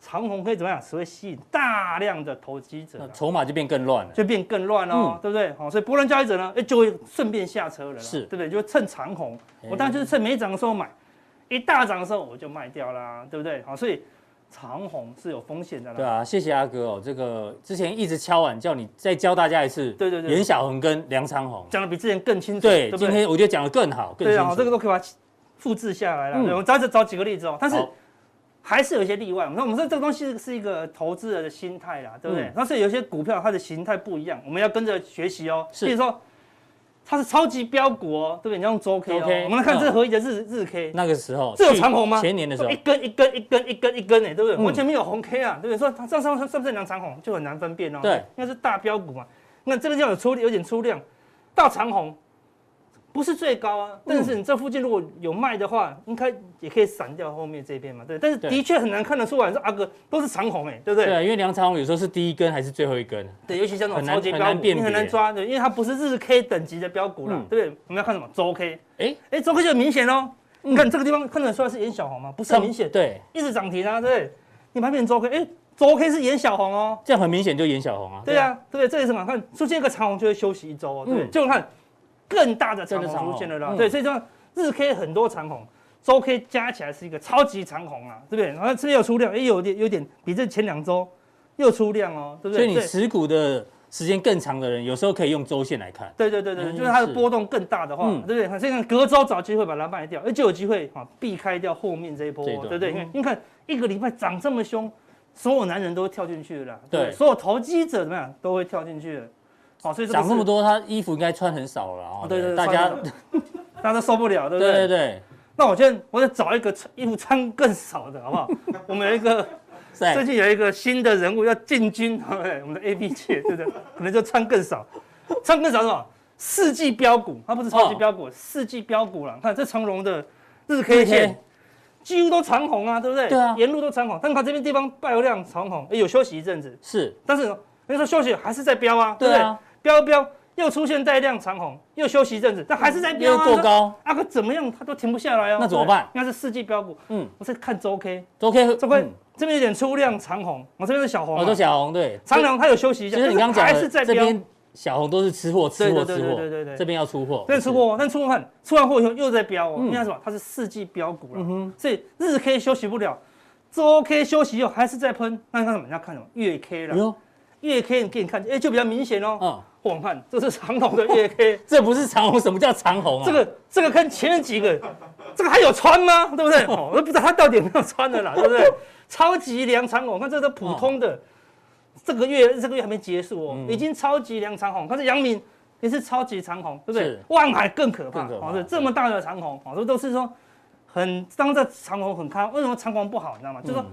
[SPEAKER 3] 长红可以怎么样？只会吸引大量的投机者
[SPEAKER 1] 那嗯
[SPEAKER 3] 啦，
[SPEAKER 1] 筹码就变更乱了。
[SPEAKER 3] 就变更乱哦，对不对？好、所以波段交易者呢，哎，就会顺便下车了啦，
[SPEAKER 1] 是
[SPEAKER 3] 对不对？就趁长红，
[SPEAKER 1] 哎
[SPEAKER 3] 我当然就是趁没涨的时候买，一大涨的时候我就卖掉啦，对不对？好、所以长红是有风险的啦，
[SPEAKER 1] 对啊，谢谢阿哥哦。这个之前一直敲碗叫你再教大家一次，
[SPEAKER 3] 对对对
[SPEAKER 1] 严小红跟梁昌红。
[SPEAKER 3] 讲的比之前更清楚，
[SPEAKER 1] 对，
[SPEAKER 3] 不
[SPEAKER 1] 今天我觉得讲的更好，更
[SPEAKER 3] 对
[SPEAKER 1] 清
[SPEAKER 3] 啊，
[SPEAKER 1] 楚。
[SPEAKER 3] 这个都可以把它复制下来了。
[SPEAKER 1] 嗯
[SPEAKER 3] 对，我们再找几个例子哦，但是
[SPEAKER 1] 好
[SPEAKER 3] 还是有一些例外。那我们说这个东西是一个投资人的心态啦，对不对
[SPEAKER 1] 嗯？
[SPEAKER 3] 但是有些股票它的形态不一样，我们要跟着学习哦。
[SPEAKER 1] 是
[SPEAKER 3] 比如说它是超级标股哦，对不对？你要用周 K
[SPEAKER 1] 周
[SPEAKER 3] 哦
[SPEAKER 1] K，，
[SPEAKER 3] 我们来看这
[SPEAKER 1] 嗯
[SPEAKER 3] 合一的日日 K，
[SPEAKER 1] 那个时候，
[SPEAKER 3] 这有
[SPEAKER 1] 去
[SPEAKER 3] 长虹吗哦
[SPEAKER 1] 前年的时候
[SPEAKER 3] 一，根一根一根一根一根哎，对不对？
[SPEAKER 1] 嗯
[SPEAKER 3] 完全没有红 K 啊，对不对？说它上上上上不是两长红就很难分辨哦。
[SPEAKER 1] 对，
[SPEAKER 3] 那是大标股嘛。那这边就有出有点出量，到长红不是最高啊，但
[SPEAKER 1] 嗯
[SPEAKER 3] 是你这附近如果有卖的话，应该也可以闪掉后面这边嘛，对。但是
[SPEAKER 1] 对
[SPEAKER 3] 的确很难看得出来，说阿哥都是长红哎，对不对？
[SPEAKER 1] 对，因为梁昌红有时候是第一根还是最后一根，
[SPEAKER 3] 对，尤其像这种
[SPEAKER 1] 很难
[SPEAKER 3] 超级
[SPEAKER 1] 很
[SPEAKER 3] 标
[SPEAKER 1] 难
[SPEAKER 3] 股，
[SPEAKER 1] 辨
[SPEAKER 3] 你很难
[SPEAKER 1] 别
[SPEAKER 3] 抓的，因为它不是日 K 等级的标股啦
[SPEAKER 1] 嗯，
[SPEAKER 3] 对不对？我们要看什么周 K？
[SPEAKER 1] 哎，
[SPEAKER 3] 哎，周 K 就很明显喽。
[SPEAKER 1] 嗯
[SPEAKER 3] 你看这个地方看得出来是演小红吗？不是很明显，
[SPEAKER 1] 对，
[SPEAKER 3] 一直涨停啊，对不对？你盘面周 K，哎、周 K 是演小红哦，
[SPEAKER 1] 这样很明显就严小红啊。
[SPEAKER 3] 对啊，对不对？这也是很好看，出现一个长红就会休息一周哦，对不对？
[SPEAKER 1] 嗯
[SPEAKER 3] 就看更大的长
[SPEAKER 1] 真的长
[SPEAKER 3] 红
[SPEAKER 1] 红
[SPEAKER 3] 出现了啦，
[SPEAKER 1] 嗯
[SPEAKER 3] 对，所以这样日 K 很多长红，周 K 加起来是一个超级长红啊，对不对？然后这边有出量，哎，有点有点比这前两周又出量哦，对不
[SPEAKER 1] 所
[SPEAKER 3] 对？
[SPEAKER 1] 以你持股的时间更长的人，有时候可以用周线来看。
[SPEAKER 3] 对对对对对，
[SPEAKER 1] 嗯
[SPEAKER 3] 就是它的
[SPEAKER 1] 是
[SPEAKER 3] 波动更大的话，
[SPEAKER 1] 嗯
[SPEAKER 3] 对不对？所以隔周找机会把它卖掉，而就有机会哈、避开掉后面这一波，
[SPEAKER 1] 这一段
[SPEAKER 3] 对不对？因为
[SPEAKER 1] 嗯
[SPEAKER 3] 你看一个礼拜涨这么凶，所有男人都会跳进去了啦，
[SPEAKER 1] 对
[SPEAKER 3] 不所有投机者怎么样都会跳进去了。好、所以个
[SPEAKER 1] 涨
[SPEAKER 3] 是
[SPEAKER 1] 这么，多，他衣服应该穿很少了啊。
[SPEAKER 3] 哦对对对
[SPEAKER 1] 大家
[SPEAKER 3] 穿很大家都受不了，对
[SPEAKER 1] 对
[SPEAKER 3] 不对？
[SPEAKER 1] 对对，
[SPEAKER 3] 那我觉得我得找一个穿衣服穿更少的，好 不好？我们有一个最
[SPEAKER 1] 在
[SPEAKER 3] 近有一个新的人物要进军， 对不对？我们的 A B 界，对不对？可能就穿更少，穿更少是什么？世纪标股，它不是超级标股，世纪标股了。看这长荣的日 K
[SPEAKER 1] 哦日
[SPEAKER 3] 线
[SPEAKER 1] K，
[SPEAKER 3] 几乎都长红啊，对不对？
[SPEAKER 1] 对啊
[SPEAKER 3] 沿路都长红。但它这边地方爆流量长红，哎诶有休息一阵子，
[SPEAKER 1] 是，
[SPEAKER 3] 但是人家说休息还是在飙啊，对
[SPEAKER 1] 对
[SPEAKER 3] 不对？
[SPEAKER 1] 啊，
[SPEAKER 3] 飙一飙又出现带量长红，又休息一阵子，但还是在飙
[SPEAKER 1] 又
[SPEAKER 3] 啊。
[SPEAKER 1] 过高，
[SPEAKER 3] 阿哥怎么样，它都停不下来哦。
[SPEAKER 1] 那怎么办
[SPEAKER 3] 对不对？那是世纪标股，
[SPEAKER 1] 嗯，
[SPEAKER 3] 我是看周 K，
[SPEAKER 1] 周 K
[SPEAKER 3] 这块、
[SPEAKER 1] 嗯
[SPEAKER 3] 这边有点出量长红，我、这边是小红嘛、啊
[SPEAKER 1] 哦，周小红对，
[SPEAKER 3] 长荣它有休息一下，
[SPEAKER 1] 就是你刚刚讲
[SPEAKER 3] 但还是
[SPEAKER 1] 的
[SPEAKER 3] 在
[SPEAKER 1] 这
[SPEAKER 3] 飙，
[SPEAKER 1] 边小红都是吃货，吃货，
[SPEAKER 3] 对对
[SPEAKER 1] 吃
[SPEAKER 3] 对
[SPEAKER 1] 货，
[SPEAKER 3] 对对对
[SPEAKER 1] 这边要出货，
[SPEAKER 3] 但出货，但出货看出完货以后又在飙
[SPEAKER 1] 嗯
[SPEAKER 3] 哦，因为它什么？它是世纪标股了，所以日 K 休息不了，周 K 休息又还是在喷，那你看什么？你要看什么？月 K
[SPEAKER 1] 哎
[SPEAKER 3] 了，
[SPEAKER 1] 呦，
[SPEAKER 3] 月 K 你给你看，哎、就比较明显哦。
[SPEAKER 1] 嗯，
[SPEAKER 3] 我们看这是长龙的月 K，
[SPEAKER 1] 这不是长红，什么叫长红啊？
[SPEAKER 3] 这个这个跟前面几个，这个还有穿吗？对不对？哦，我都不知道他到底有没有 穿的啦，对不对？超级梁长虹，看这都普通的，这个月这个月还没结束哦，
[SPEAKER 1] 嗯
[SPEAKER 3] 已经超级梁长虹，看这杨明也是超级长虹，对不对
[SPEAKER 1] 是？
[SPEAKER 3] 望海更可怕，
[SPEAKER 1] 更可怕
[SPEAKER 3] 哦对这么大的长虹，哦，这都是说很当这长虹很看，为什么长虹不好，你知道吗？就是说
[SPEAKER 1] 嗯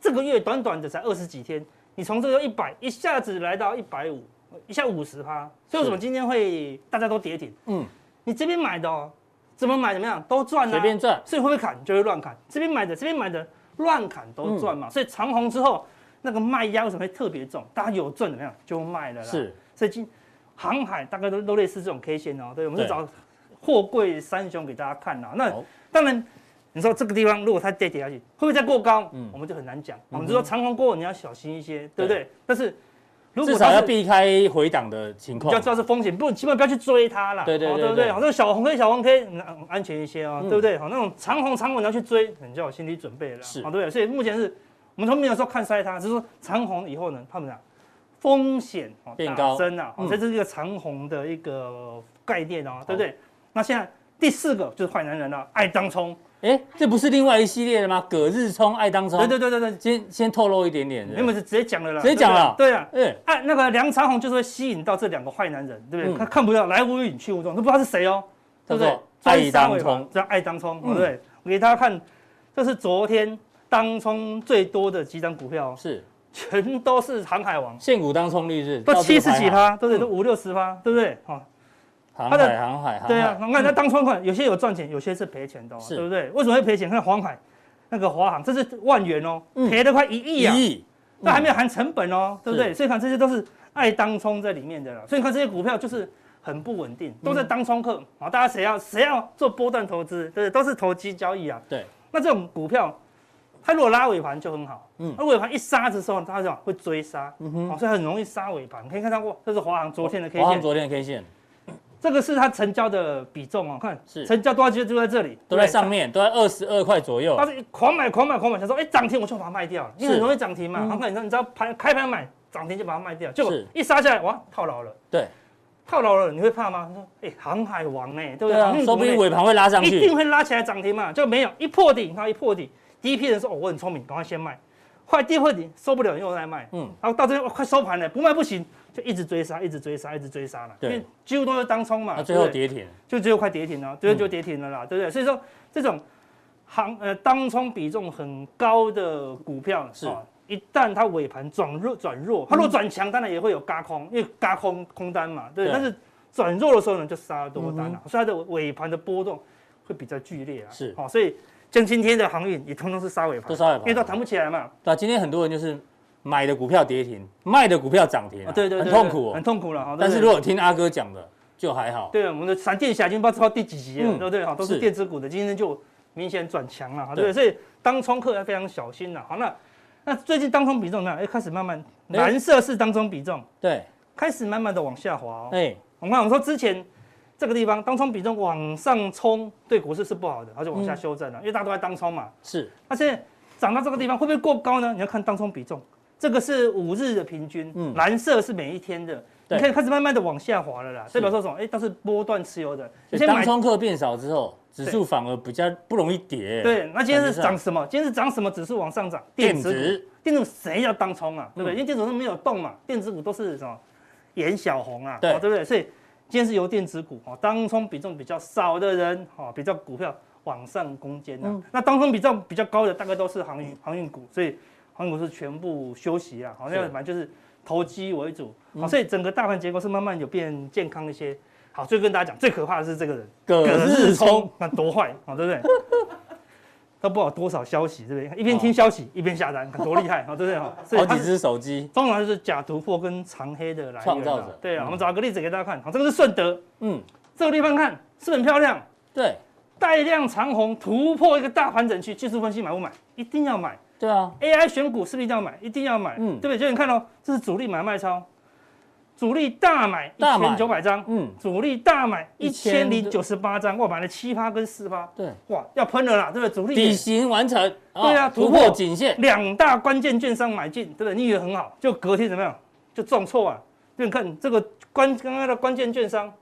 [SPEAKER 3] 这个月短短的才二十几天，你从这个一百一下子来到一百五，一下五十趴，所以为什么
[SPEAKER 1] 是
[SPEAKER 3] 今天会大家都跌停？
[SPEAKER 1] 嗯，
[SPEAKER 3] 你这边买的哦，怎么买怎么样都赚啊，
[SPEAKER 1] 随便赚，
[SPEAKER 3] 所以会不会砍就会乱砍，这边买的这边买的乱砍都赚
[SPEAKER 1] 嗯
[SPEAKER 3] 嘛，所以长红之后那个卖压为什么会特别重？大家有赚怎么样就卖了啦，，
[SPEAKER 1] 是
[SPEAKER 3] 所以今航海大概都都类似这种 K 线哦，对，我们
[SPEAKER 1] 对
[SPEAKER 3] 就找货柜三雄给大家看啦，那
[SPEAKER 1] 好
[SPEAKER 3] 当然。你说这个地方如果它再跌下去，会不会再过高？
[SPEAKER 1] 嗯
[SPEAKER 3] 我们就很难讲。我们就说长虹过后你要小心一些，对不对？但是如
[SPEAKER 1] 至
[SPEAKER 3] 果
[SPEAKER 1] 少
[SPEAKER 3] 它
[SPEAKER 1] 要
[SPEAKER 3] 是
[SPEAKER 1] 避开回档的情
[SPEAKER 3] 你
[SPEAKER 1] 况
[SPEAKER 3] 就要。知道是风险，不，起码不要去追它啦。
[SPEAKER 1] 哦对对
[SPEAKER 3] 哦
[SPEAKER 1] 对
[SPEAKER 3] 对不
[SPEAKER 1] 对
[SPEAKER 3] 对？好，这个小红 K、小黄 K 嗯嗯安全一些哦，
[SPEAKER 1] 嗯
[SPEAKER 3] 对不对？好，那种长红长稳要去追，你就要有心理准备了啦。哦
[SPEAKER 1] 是
[SPEAKER 3] 好，对不对。所以目前是我们从没有说看衰它，只是说长红以后呢，他们俩风险哦
[SPEAKER 1] 变高
[SPEAKER 3] 大增啊，哦
[SPEAKER 1] 嗯
[SPEAKER 3] 所以这是一个长红的一个概念哦，对不对？那现在第四个就是坏男人了，爱当冲。
[SPEAKER 1] 哎，这不是另外一系列的吗？葛日冲、爱当冲，
[SPEAKER 3] 对对对对对，
[SPEAKER 1] 先先透露一点点。
[SPEAKER 3] 原本是直接讲了啦，
[SPEAKER 1] 嗯直接讲了
[SPEAKER 3] 对不对对啊。
[SPEAKER 1] 哎，
[SPEAKER 3] 啊，那个梁长虹就是会吸引到这两个坏男人，对不对？
[SPEAKER 1] 嗯
[SPEAKER 3] 他看不到，来无影去无踪，都不知道是谁哦，对不对？
[SPEAKER 1] 叫做爱当冲
[SPEAKER 3] 这样爱当冲，
[SPEAKER 1] 嗯
[SPEAKER 3] 对不对？我给大家看，这是昨天当冲最多的几张股票哦，
[SPEAKER 1] 是
[SPEAKER 3] 全都是航海王，
[SPEAKER 1] 现股当冲率是
[SPEAKER 3] 都七十几
[SPEAKER 1] 哈，
[SPEAKER 3] 趴，对不对？都五六十趴，对不对？哦，
[SPEAKER 1] 嗯航
[SPEAKER 3] 它的
[SPEAKER 1] 海航海航海，
[SPEAKER 3] 对啊，我看那当冲款，有些有赚钱，有些是赔钱的哦，
[SPEAKER 1] 是嗯
[SPEAKER 3] 对不对？为什么会赔钱？看黄海那个华航，这是万元哦，赔了快一亿啊！
[SPEAKER 1] 一亿
[SPEAKER 3] 那还没有含成本哦，对不对？所以看这些都是爱当冲在里面的了。所以你看这些股票就是很不稳
[SPEAKER 1] 嗯
[SPEAKER 3] 定，都在当冲客啊。大家谁要谁要做波段投资，对不对？都是投机交易啊。
[SPEAKER 1] 对，
[SPEAKER 3] 那这种股票，它如果拉尾盘就很好，
[SPEAKER 1] 嗯
[SPEAKER 3] 嗯，那尾盘一杀的时候，它就会追杀，
[SPEAKER 1] 嗯
[SPEAKER 3] 嗯
[SPEAKER 1] 哼
[SPEAKER 3] 哼，所以很容易杀尾盘。你可以看到，哇，这是华航昨天的 K
[SPEAKER 1] 华航
[SPEAKER 3] 线，
[SPEAKER 1] 昨天的 K 线
[SPEAKER 3] 这个是它成交的比重哦，看
[SPEAKER 1] 是
[SPEAKER 3] 成交多少就就在这里，
[SPEAKER 1] 都在
[SPEAKER 3] 对
[SPEAKER 1] 上。面，都在二十二块左右
[SPEAKER 3] 他。是狂买狂买狂买，想说哎涨停我就把它卖掉了，因为很
[SPEAKER 1] 是
[SPEAKER 3] 容易涨停嘛。啊
[SPEAKER 1] 嗯
[SPEAKER 3] 然后你知道你知道盘开盘买涨停就把它卖掉，结果
[SPEAKER 1] 是
[SPEAKER 3] 一杀下来哇套牢了，
[SPEAKER 1] 对
[SPEAKER 3] 套牢了你会怕吗？你说哎航海王呢、对不
[SPEAKER 1] 对
[SPEAKER 3] 对？
[SPEAKER 1] 啊
[SPEAKER 3] 航运，股
[SPEAKER 1] 说不定
[SPEAKER 3] 呢
[SPEAKER 1] 尾盘会拉上
[SPEAKER 3] 一定
[SPEAKER 1] 去。
[SPEAKER 3] 会拉起来涨停嘛，就没有一破底，它一破底，第一批人说哦我很聪明，赶快先卖，后来第二破底受不了又在卖，
[SPEAKER 1] 嗯，
[SPEAKER 3] 然后到这边、哦快收盘了，不卖不行，就一直追杀，一直追杀，一直追杀了，因
[SPEAKER 1] 对
[SPEAKER 3] 为几乎都是当冲嘛，
[SPEAKER 1] 那最
[SPEAKER 3] 对不
[SPEAKER 1] 后
[SPEAKER 3] 对
[SPEAKER 1] 跌停，
[SPEAKER 3] 就只有快跌停
[SPEAKER 1] 嗯
[SPEAKER 3] 了，最后就跌停了啦，对不对？所以说这种行呃当冲比重很高的股票
[SPEAKER 1] 是嗯
[SPEAKER 3] 啊一旦它尾盘转弱转弱，它如果转强，当然也会有嘎空，因为嘎空空单嘛，对。
[SPEAKER 1] 对嗯
[SPEAKER 3] 但是转弱的时候呢，就杀得多单了、啊所以它的尾盘的波动会比较剧烈啊。
[SPEAKER 1] 是
[SPEAKER 3] 哦，所以像今天的航运也通通是杀尾盘，
[SPEAKER 1] 都杀尾盘
[SPEAKER 3] 因为都弹不起来嘛。
[SPEAKER 1] 对啊，今天很多人就是买的股票跌停，卖的股票涨停啊
[SPEAKER 3] 啊，对对
[SPEAKER 1] 很
[SPEAKER 3] 对对
[SPEAKER 1] 痛苦
[SPEAKER 3] 很
[SPEAKER 1] 哦。
[SPEAKER 3] 痛苦了哈。对
[SPEAKER 1] 但
[SPEAKER 3] 不
[SPEAKER 1] 是
[SPEAKER 3] 对
[SPEAKER 1] 如果听阿哥讲的，就还好。
[SPEAKER 3] 对，我们的闪电侠已经不知道到第几集了，
[SPEAKER 1] 嗯
[SPEAKER 3] 对不对？哈，都是
[SPEAKER 1] 是
[SPEAKER 3] 电子股的，今天就明显转强了，
[SPEAKER 1] 对
[SPEAKER 3] 对，所以当冲客要非常小心了。好，那那最近当冲比重呢？哎，开始慢慢
[SPEAKER 1] 哎
[SPEAKER 3] 蓝色是当冲比重，
[SPEAKER 1] 对，
[SPEAKER 3] 开始慢慢的往下滑哦。
[SPEAKER 1] 哎，
[SPEAKER 3] 我们看，我们说之前这个地方当冲比重往上冲，对股市是不好的，它就往下
[SPEAKER 1] 嗯
[SPEAKER 3] 修正了，因为大家都在当冲嘛。
[SPEAKER 1] 是
[SPEAKER 3] 那现在涨到这个地方会不会过高呢？你要看当冲比重，这个是五日的平均，
[SPEAKER 1] 嗯
[SPEAKER 3] 蓝色是每一天的，
[SPEAKER 1] 对
[SPEAKER 3] 你看开始慢慢的往下滑了啦，代表说什么？哎、都是波段持有的，你
[SPEAKER 1] 所以
[SPEAKER 3] 先
[SPEAKER 1] 当
[SPEAKER 3] 买。
[SPEAKER 1] 冲客变少之后，指数反而比较不容易跌。
[SPEAKER 3] 对，那今天是
[SPEAKER 1] 感觉
[SPEAKER 3] 涨
[SPEAKER 1] 上啊
[SPEAKER 3] 什么？今天是涨什么指数往上涨？
[SPEAKER 1] 电
[SPEAKER 3] 子股
[SPEAKER 1] 子，
[SPEAKER 3] 电子股谁要当冲啊？对不对？
[SPEAKER 1] 嗯
[SPEAKER 3] 因为电子股没有动嘛，电子股都是什么演小红啊，
[SPEAKER 1] 对
[SPEAKER 3] 哦对不对？所以今天是由电子股哦，当冲比重比较少的人哦，比较股票往上攻坚啊。
[SPEAKER 1] 嗯
[SPEAKER 3] 那当冲比重比较高的大概都是航运航运股，所以航运股是全部休息啊，好
[SPEAKER 1] 是嗯
[SPEAKER 3] 像反正就是投机为主，好、所以整个大盘结构是慢慢有变健康一些。好，最后跟大家讲， 最可怕的是这个人。
[SPEAKER 1] 葛日冲，，
[SPEAKER 3] 那多坏啊，对不 对？都不知道多少消息，对不对？一边听消息一边下单，看多厉害啊，对不对？啊所
[SPEAKER 1] 好
[SPEAKER 3] 以它
[SPEAKER 1] 几
[SPEAKER 3] 哦是
[SPEAKER 1] 只手机，
[SPEAKER 3] 通常就是假突破跟长黑的来源啊
[SPEAKER 1] 创造者
[SPEAKER 3] 对啊，
[SPEAKER 1] 嗯
[SPEAKER 3] 我们找个例子给大家看。好，哦这个是顺德，
[SPEAKER 1] 嗯，
[SPEAKER 3] 这个地方看是不是很漂亮，
[SPEAKER 1] 对，
[SPEAKER 3] 带量长红突破一个大盘整区，技术分析买不买？一定要买。
[SPEAKER 1] 对啊，
[SPEAKER 3] AI 选股是不是一定要买？一定要买，
[SPEAKER 1] 嗯
[SPEAKER 3] 对不对？就你看哦，这是主力买卖超，主力大买一
[SPEAKER 1] 大买
[SPEAKER 3] 千九百张，
[SPEAKER 1] 嗯，
[SPEAKER 3] 主力大买一
[SPEAKER 1] 1000
[SPEAKER 3] 千零九十八张，哇，买了七趴跟四趴，
[SPEAKER 1] 对，
[SPEAKER 3] 哇，要喷了啦，对不对？主力
[SPEAKER 1] 底
[SPEAKER 3] 也
[SPEAKER 1] 型完成，
[SPEAKER 3] 对啊
[SPEAKER 1] 突
[SPEAKER 3] 突
[SPEAKER 1] 破
[SPEAKER 3] 破
[SPEAKER 1] 颈线，
[SPEAKER 3] 两大关键券商买进，对不对？你以为很好，就隔天怎么样？就重挫啊！就你看这个关刚刚的关键券商，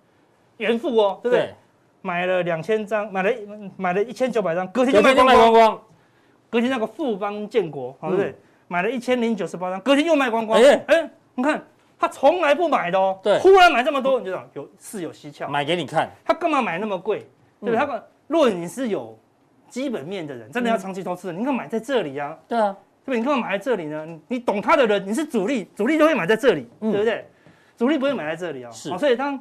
[SPEAKER 3] 元富哦，对不对？
[SPEAKER 1] 对，
[SPEAKER 3] 买了两千张，买了买了一千九百张，隔天
[SPEAKER 1] 昨
[SPEAKER 3] 就卖
[SPEAKER 1] 天就
[SPEAKER 3] 光
[SPEAKER 1] 卖
[SPEAKER 3] 光
[SPEAKER 1] 光。光，
[SPEAKER 3] 隔天那个富邦建国，好、对不对？
[SPEAKER 1] 嗯
[SPEAKER 3] 买了一千零九十八张，隔天又卖光光。
[SPEAKER 1] 哎
[SPEAKER 3] 哎、你看他从来不买的哦，
[SPEAKER 1] 对
[SPEAKER 3] 忽然买这么多，你就想有是有蹊跷。
[SPEAKER 1] 买给你看，
[SPEAKER 3] 他干嘛买那么贵？对不对？
[SPEAKER 1] 嗯
[SPEAKER 3] 他干如果你是有基本面的人，真的要长期投资的，你干嘛买在这里啊？
[SPEAKER 1] 对啊，
[SPEAKER 3] 对不对？你干嘛买在这里呢？你你懂他的人，你是主力，主力就会买在这里，
[SPEAKER 1] 嗯
[SPEAKER 3] 对不对？主力不会买在这里哦。
[SPEAKER 1] 是
[SPEAKER 3] 哦所以当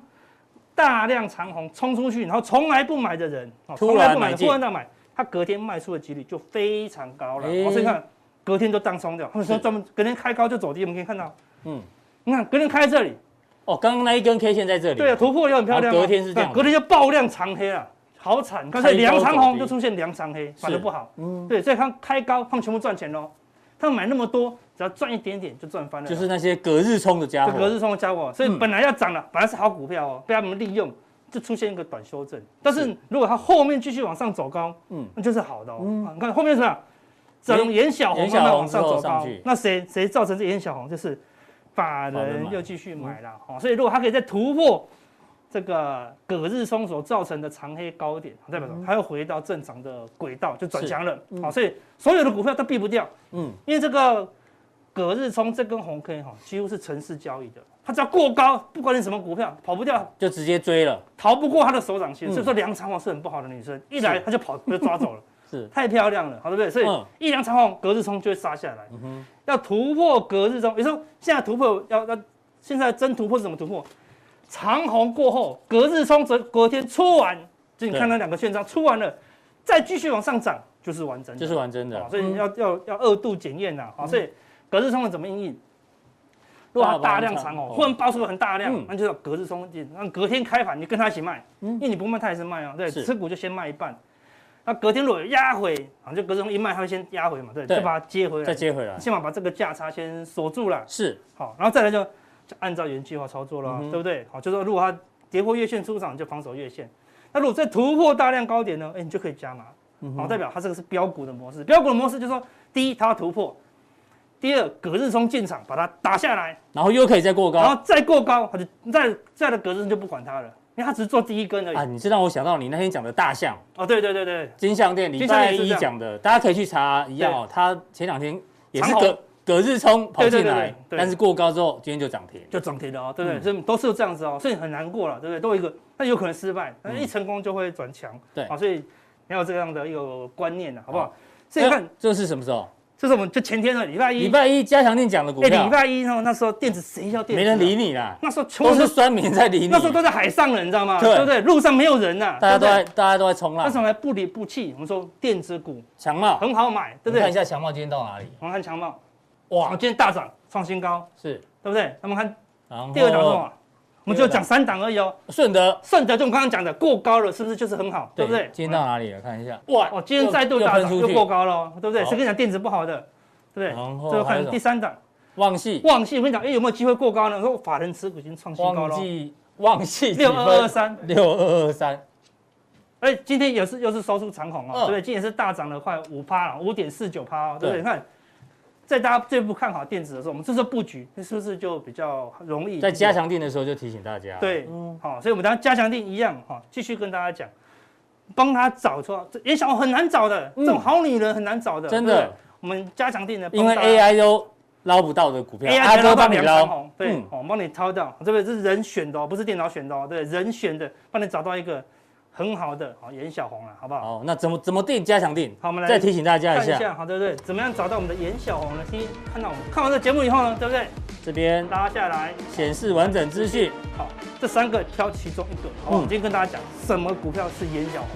[SPEAKER 3] 大量长红冲出去，然后从来不买的人，哦
[SPEAKER 1] 突然
[SPEAKER 3] 从来不买
[SPEAKER 1] 买
[SPEAKER 3] 的，
[SPEAKER 1] 进
[SPEAKER 3] 突然大买，他隔天卖出的几率就非常高了。
[SPEAKER 1] 诶
[SPEAKER 3] 哦所以你看，隔天就当冲掉，或者说
[SPEAKER 1] 是
[SPEAKER 3] 专门隔天开高就走低，我们可以看到，
[SPEAKER 1] 嗯
[SPEAKER 3] 嗯，你看隔天开在这里，
[SPEAKER 1] 哦，刚刚那一根 K 线在这里，
[SPEAKER 3] 对啊，突破也很漂亮
[SPEAKER 1] 然
[SPEAKER 3] 啊、
[SPEAKER 1] 后隔天是这样
[SPEAKER 3] 对隔天就爆量长黑了，好惨！刚才
[SPEAKER 1] 开
[SPEAKER 3] 梁
[SPEAKER 1] 高
[SPEAKER 3] 长
[SPEAKER 1] 走低
[SPEAKER 3] 红就出现梁长黑，反的不好。
[SPEAKER 1] 嗯，
[SPEAKER 3] 对，所以他们开高，他们全部赚钱喽。他们买那么多，只要赚一点点就赚翻了啦。
[SPEAKER 1] 就是那些隔日冲的家
[SPEAKER 3] 这隔
[SPEAKER 1] 伙，
[SPEAKER 3] 日冲的家伙，所以
[SPEAKER 1] 嗯
[SPEAKER 3] 本来要涨了，本来是好股票哦，被他们利用，就出现一个短修正。但
[SPEAKER 1] 是
[SPEAKER 3] 是如果它后面继续往上走高，
[SPEAKER 1] 嗯
[SPEAKER 3] 嗯，那就是好的哦。
[SPEAKER 1] 嗯
[SPEAKER 3] 啊你看后面是什么？整眼小红
[SPEAKER 1] 眼小
[SPEAKER 3] 慢
[SPEAKER 1] 红
[SPEAKER 3] 慢往上走
[SPEAKER 1] 之后上
[SPEAKER 3] 高
[SPEAKER 1] 去，
[SPEAKER 3] 那谁谁造成这眼小红？就是法
[SPEAKER 1] 法人买嗯
[SPEAKER 3] 人又继续买了，哦，所以如果它可以再突破这个葛日冲所造成的长黑高点，代表什么？它又回到正常的轨道，就
[SPEAKER 1] 嗯
[SPEAKER 3] 转
[SPEAKER 1] 是
[SPEAKER 3] 强了
[SPEAKER 1] 嗯。
[SPEAKER 3] 好，所以所有的股票都避不掉。
[SPEAKER 1] 嗯，
[SPEAKER 3] 因为这个隔日冲这根红 K 哈，几乎是城市交易的，它只要过高，不管你什么股票，跑不掉，
[SPEAKER 1] 就直接追了，
[SPEAKER 3] 逃不过它的手掌心。
[SPEAKER 1] 嗯
[SPEAKER 3] 所以说梁长虹是很不好的女生，一来
[SPEAKER 1] 是
[SPEAKER 3] 她就跑就抓走了，
[SPEAKER 1] 是，
[SPEAKER 3] 太漂亮了，好对不对？所以
[SPEAKER 1] 嗯
[SPEAKER 3] 一梁长虹隔日冲就会杀下来，
[SPEAKER 1] 嗯哼，
[SPEAKER 3] 要突破隔日冲，你说现在突破要要现在真突破是怎么突破？长虹过后，隔日冲则隔天出完，就你
[SPEAKER 1] 对
[SPEAKER 3] 看那两个券商出完了，再继续往上涨就是完整的，
[SPEAKER 1] 就是玩真
[SPEAKER 3] 啊
[SPEAKER 1] 的，嗯
[SPEAKER 3] 所以要要要二度检验呐，啊，所以隔日冲的怎么应应？如果它大量长哦，忽然爆出个很大量
[SPEAKER 1] 嗯，
[SPEAKER 3] 那就叫隔日冲进，那隔天开盘你跟它一起卖，因为你不卖它也是卖哦，对，
[SPEAKER 1] 是
[SPEAKER 3] 持股就先卖一半。那隔天如果有压回，啊，就隔日冲一卖，它会先压回嘛，对，
[SPEAKER 1] 对
[SPEAKER 3] 就把它接回来，
[SPEAKER 1] 再接回来，
[SPEAKER 3] 先把把这个价差先锁住了，
[SPEAKER 1] 是
[SPEAKER 3] 好，然后再来就就按照原计划操作了，对不对？好，就说如果它跌破月线出场，你就防守月线。那如果再突破大量高点呢？哎，你就可以加码。好，代表它这个是标股的模式。标股的模式就是说，第一它要突破，第二隔日冲进场把它打下来，
[SPEAKER 1] 然后又可以再过
[SPEAKER 3] 然
[SPEAKER 1] 高
[SPEAKER 3] 后再过高，它就再再的隔日就不管它了，因为它只是做第一根而已。
[SPEAKER 1] 啊！你这让我想到你那天讲的大象
[SPEAKER 3] 哦，对对对对，
[SPEAKER 1] 金项店礼
[SPEAKER 3] 金项
[SPEAKER 1] 拜
[SPEAKER 3] 店也是
[SPEAKER 1] 一
[SPEAKER 3] 这样
[SPEAKER 1] 讲的，大家可以去查一样哦。它前两天也是
[SPEAKER 3] 长虹
[SPEAKER 1] 隔隔日冲跑进
[SPEAKER 3] 对对对
[SPEAKER 1] 来
[SPEAKER 3] 对，对
[SPEAKER 1] 但是过高之后今天就涨停，
[SPEAKER 3] 就涨停了哦，对不对？
[SPEAKER 1] 嗯
[SPEAKER 3] 所以都是这样子哦，所以很难过了，对不对？都有一个，但有可能失败，但是一成功就会转强。
[SPEAKER 1] 嗯
[SPEAKER 3] 哦
[SPEAKER 1] 对
[SPEAKER 3] 好，所以你要有这样的一个观念呢，好不好
[SPEAKER 1] 好？
[SPEAKER 3] 所以你看
[SPEAKER 1] 哎，这是什么时候？
[SPEAKER 3] 这是我们就前天的礼拜一，
[SPEAKER 1] 礼拜一加强定讲的股
[SPEAKER 3] 哎，
[SPEAKER 1] 票
[SPEAKER 3] 礼，拜一哦，那时候电子谁要电子？啊
[SPEAKER 1] 没人理，你啦，
[SPEAKER 3] 那时候全
[SPEAKER 1] 都
[SPEAKER 3] 部
[SPEAKER 1] 是
[SPEAKER 3] 都
[SPEAKER 1] 酸民在理你，
[SPEAKER 3] 那时候都在海上了，你知道吗？
[SPEAKER 1] 对
[SPEAKER 3] 对不对？路上没有人呐，
[SPEAKER 1] 大家都
[SPEAKER 3] 对不对
[SPEAKER 1] 在大家都在冲
[SPEAKER 3] 那时
[SPEAKER 1] 浪。
[SPEAKER 3] 候还不离不弃，我们说电子股
[SPEAKER 1] 强茂，
[SPEAKER 3] 很好买，
[SPEAKER 1] 我
[SPEAKER 3] 对不
[SPEAKER 1] 们看一下
[SPEAKER 3] 对？
[SPEAKER 1] 强茂今天到哪里？
[SPEAKER 3] 我们看强茂，
[SPEAKER 1] 哇，
[SPEAKER 3] 哇，今天大涨创新高，
[SPEAKER 1] 是，
[SPEAKER 3] 对不对？那我们看
[SPEAKER 1] 然后
[SPEAKER 3] 第二档是
[SPEAKER 1] 哦
[SPEAKER 3] 什么？我们
[SPEAKER 1] 第二
[SPEAKER 3] 就
[SPEAKER 1] 档
[SPEAKER 3] 讲三档而已哦。
[SPEAKER 1] 顺德，
[SPEAKER 3] 顺德就我刚刚讲的过高了，是不是就是很好，对不嗯对？
[SPEAKER 1] 今天到哪里了？看一下，哇
[SPEAKER 3] 哦，今天再度大
[SPEAKER 1] 分
[SPEAKER 3] 涨
[SPEAKER 1] 出
[SPEAKER 3] 又
[SPEAKER 1] 去
[SPEAKER 3] 过高了，对不对？
[SPEAKER 1] 好
[SPEAKER 3] 谁跟你讲电子不好的，对不
[SPEAKER 1] 然
[SPEAKER 3] 对？
[SPEAKER 1] 后
[SPEAKER 3] 这个
[SPEAKER 1] 还有什
[SPEAKER 3] 看
[SPEAKER 1] 么
[SPEAKER 3] 第三档，
[SPEAKER 1] 旺系，
[SPEAKER 3] 旺系我跟你讲，哎，有没有机会过高呢？我说法人持股已经创新高
[SPEAKER 1] 旺
[SPEAKER 3] 了，
[SPEAKER 1] 系，旺系
[SPEAKER 3] 六二二三，
[SPEAKER 1] 六二二三，
[SPEAKER 3] 哎，今天也是又是收出长红哦，
[SPEAKER 1] 嗯
[SPEAKER 3] 对不对？今天是大涨了快五趴，五点四九趴哦，对不
[SPEAKER 1] 对
[SPEAKER 3] 对？你看。在大家最不看好电子的时候，我们这时候布局，是不是就比较容易？
[SPEAKER 1] 在加强定的时候就提醒大家，，
[SPEAKER 3] 对，好，所以我们等下加强定一样哈，继续跟大家讲，帮他找出这也想很难找的，这种好女人很难找的，
[SPEAKER 1] 嗯真
[SPEAKER 3] 对不
[SPEAKER 1] 的
[SPEAKER 3] 对，，我们加强定的，
[SPEAKER 1] 因为
[SPEAKER 3] 帮大家
[SPEAKER 1] AI 都捞不到的股票，
[SPEAKER 3] AI
[SPEAKER 1] 哥帮
[SPEAKER 3] 能帮
[SPEAKER 1] 你
[SPEAKER 3] 你
[SPEAKER 1] 捞，
[SPEAKER 3] 捞，对，
[SPEAKER 1] 嗯
[SPEAKER 3] 哦我帮你挑到，这个是人选的哦，不是电脑选的哦，对，人选的，帮你找到一个很好的，好，严小红了，好不好？
[SPEAKER 1] 好，那怎么怎么定加强定？
[SPEAKER 3] 好我们来
[SPEAKER 1] 再提醒大家
[SPEAKER 3] 看
[SPEAKER 1] 一
[SPEAKER 3] 一
[SPEAKER 1] 下，
[SPEAKER 3] 下，好，对不对？怎么样找到我们的严小红呢？第一，看到我们看完这节目以后呢，对不对？
[SPEAKER 1] 这边
[SPEAKER 3] 拉下来，
[SPEAKER 1] 显示完整资讯，
[SPEAKER 3] 好，这三个挑其中一个，好不
[SPEAKER 1] 嗯
[SPEAKER 3] 好？今天跟大家讲什么股票是严小红。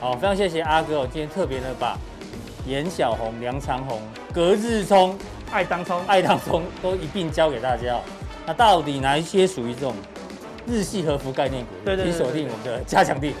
[SPEAKER 1] 好，非常谢谢阿哥哦，今天特别呢把严小红、梁长红、隔日冲、
[SPEAKER 3] 爱当冲，
[SPEAKER 1] 爱当中都一并教给大家哦。那到底哪一些属于这种日系和服概念股？
[SPEAKER 3] 对对对
[SPEAKER 1] 请锁定我们的加强地。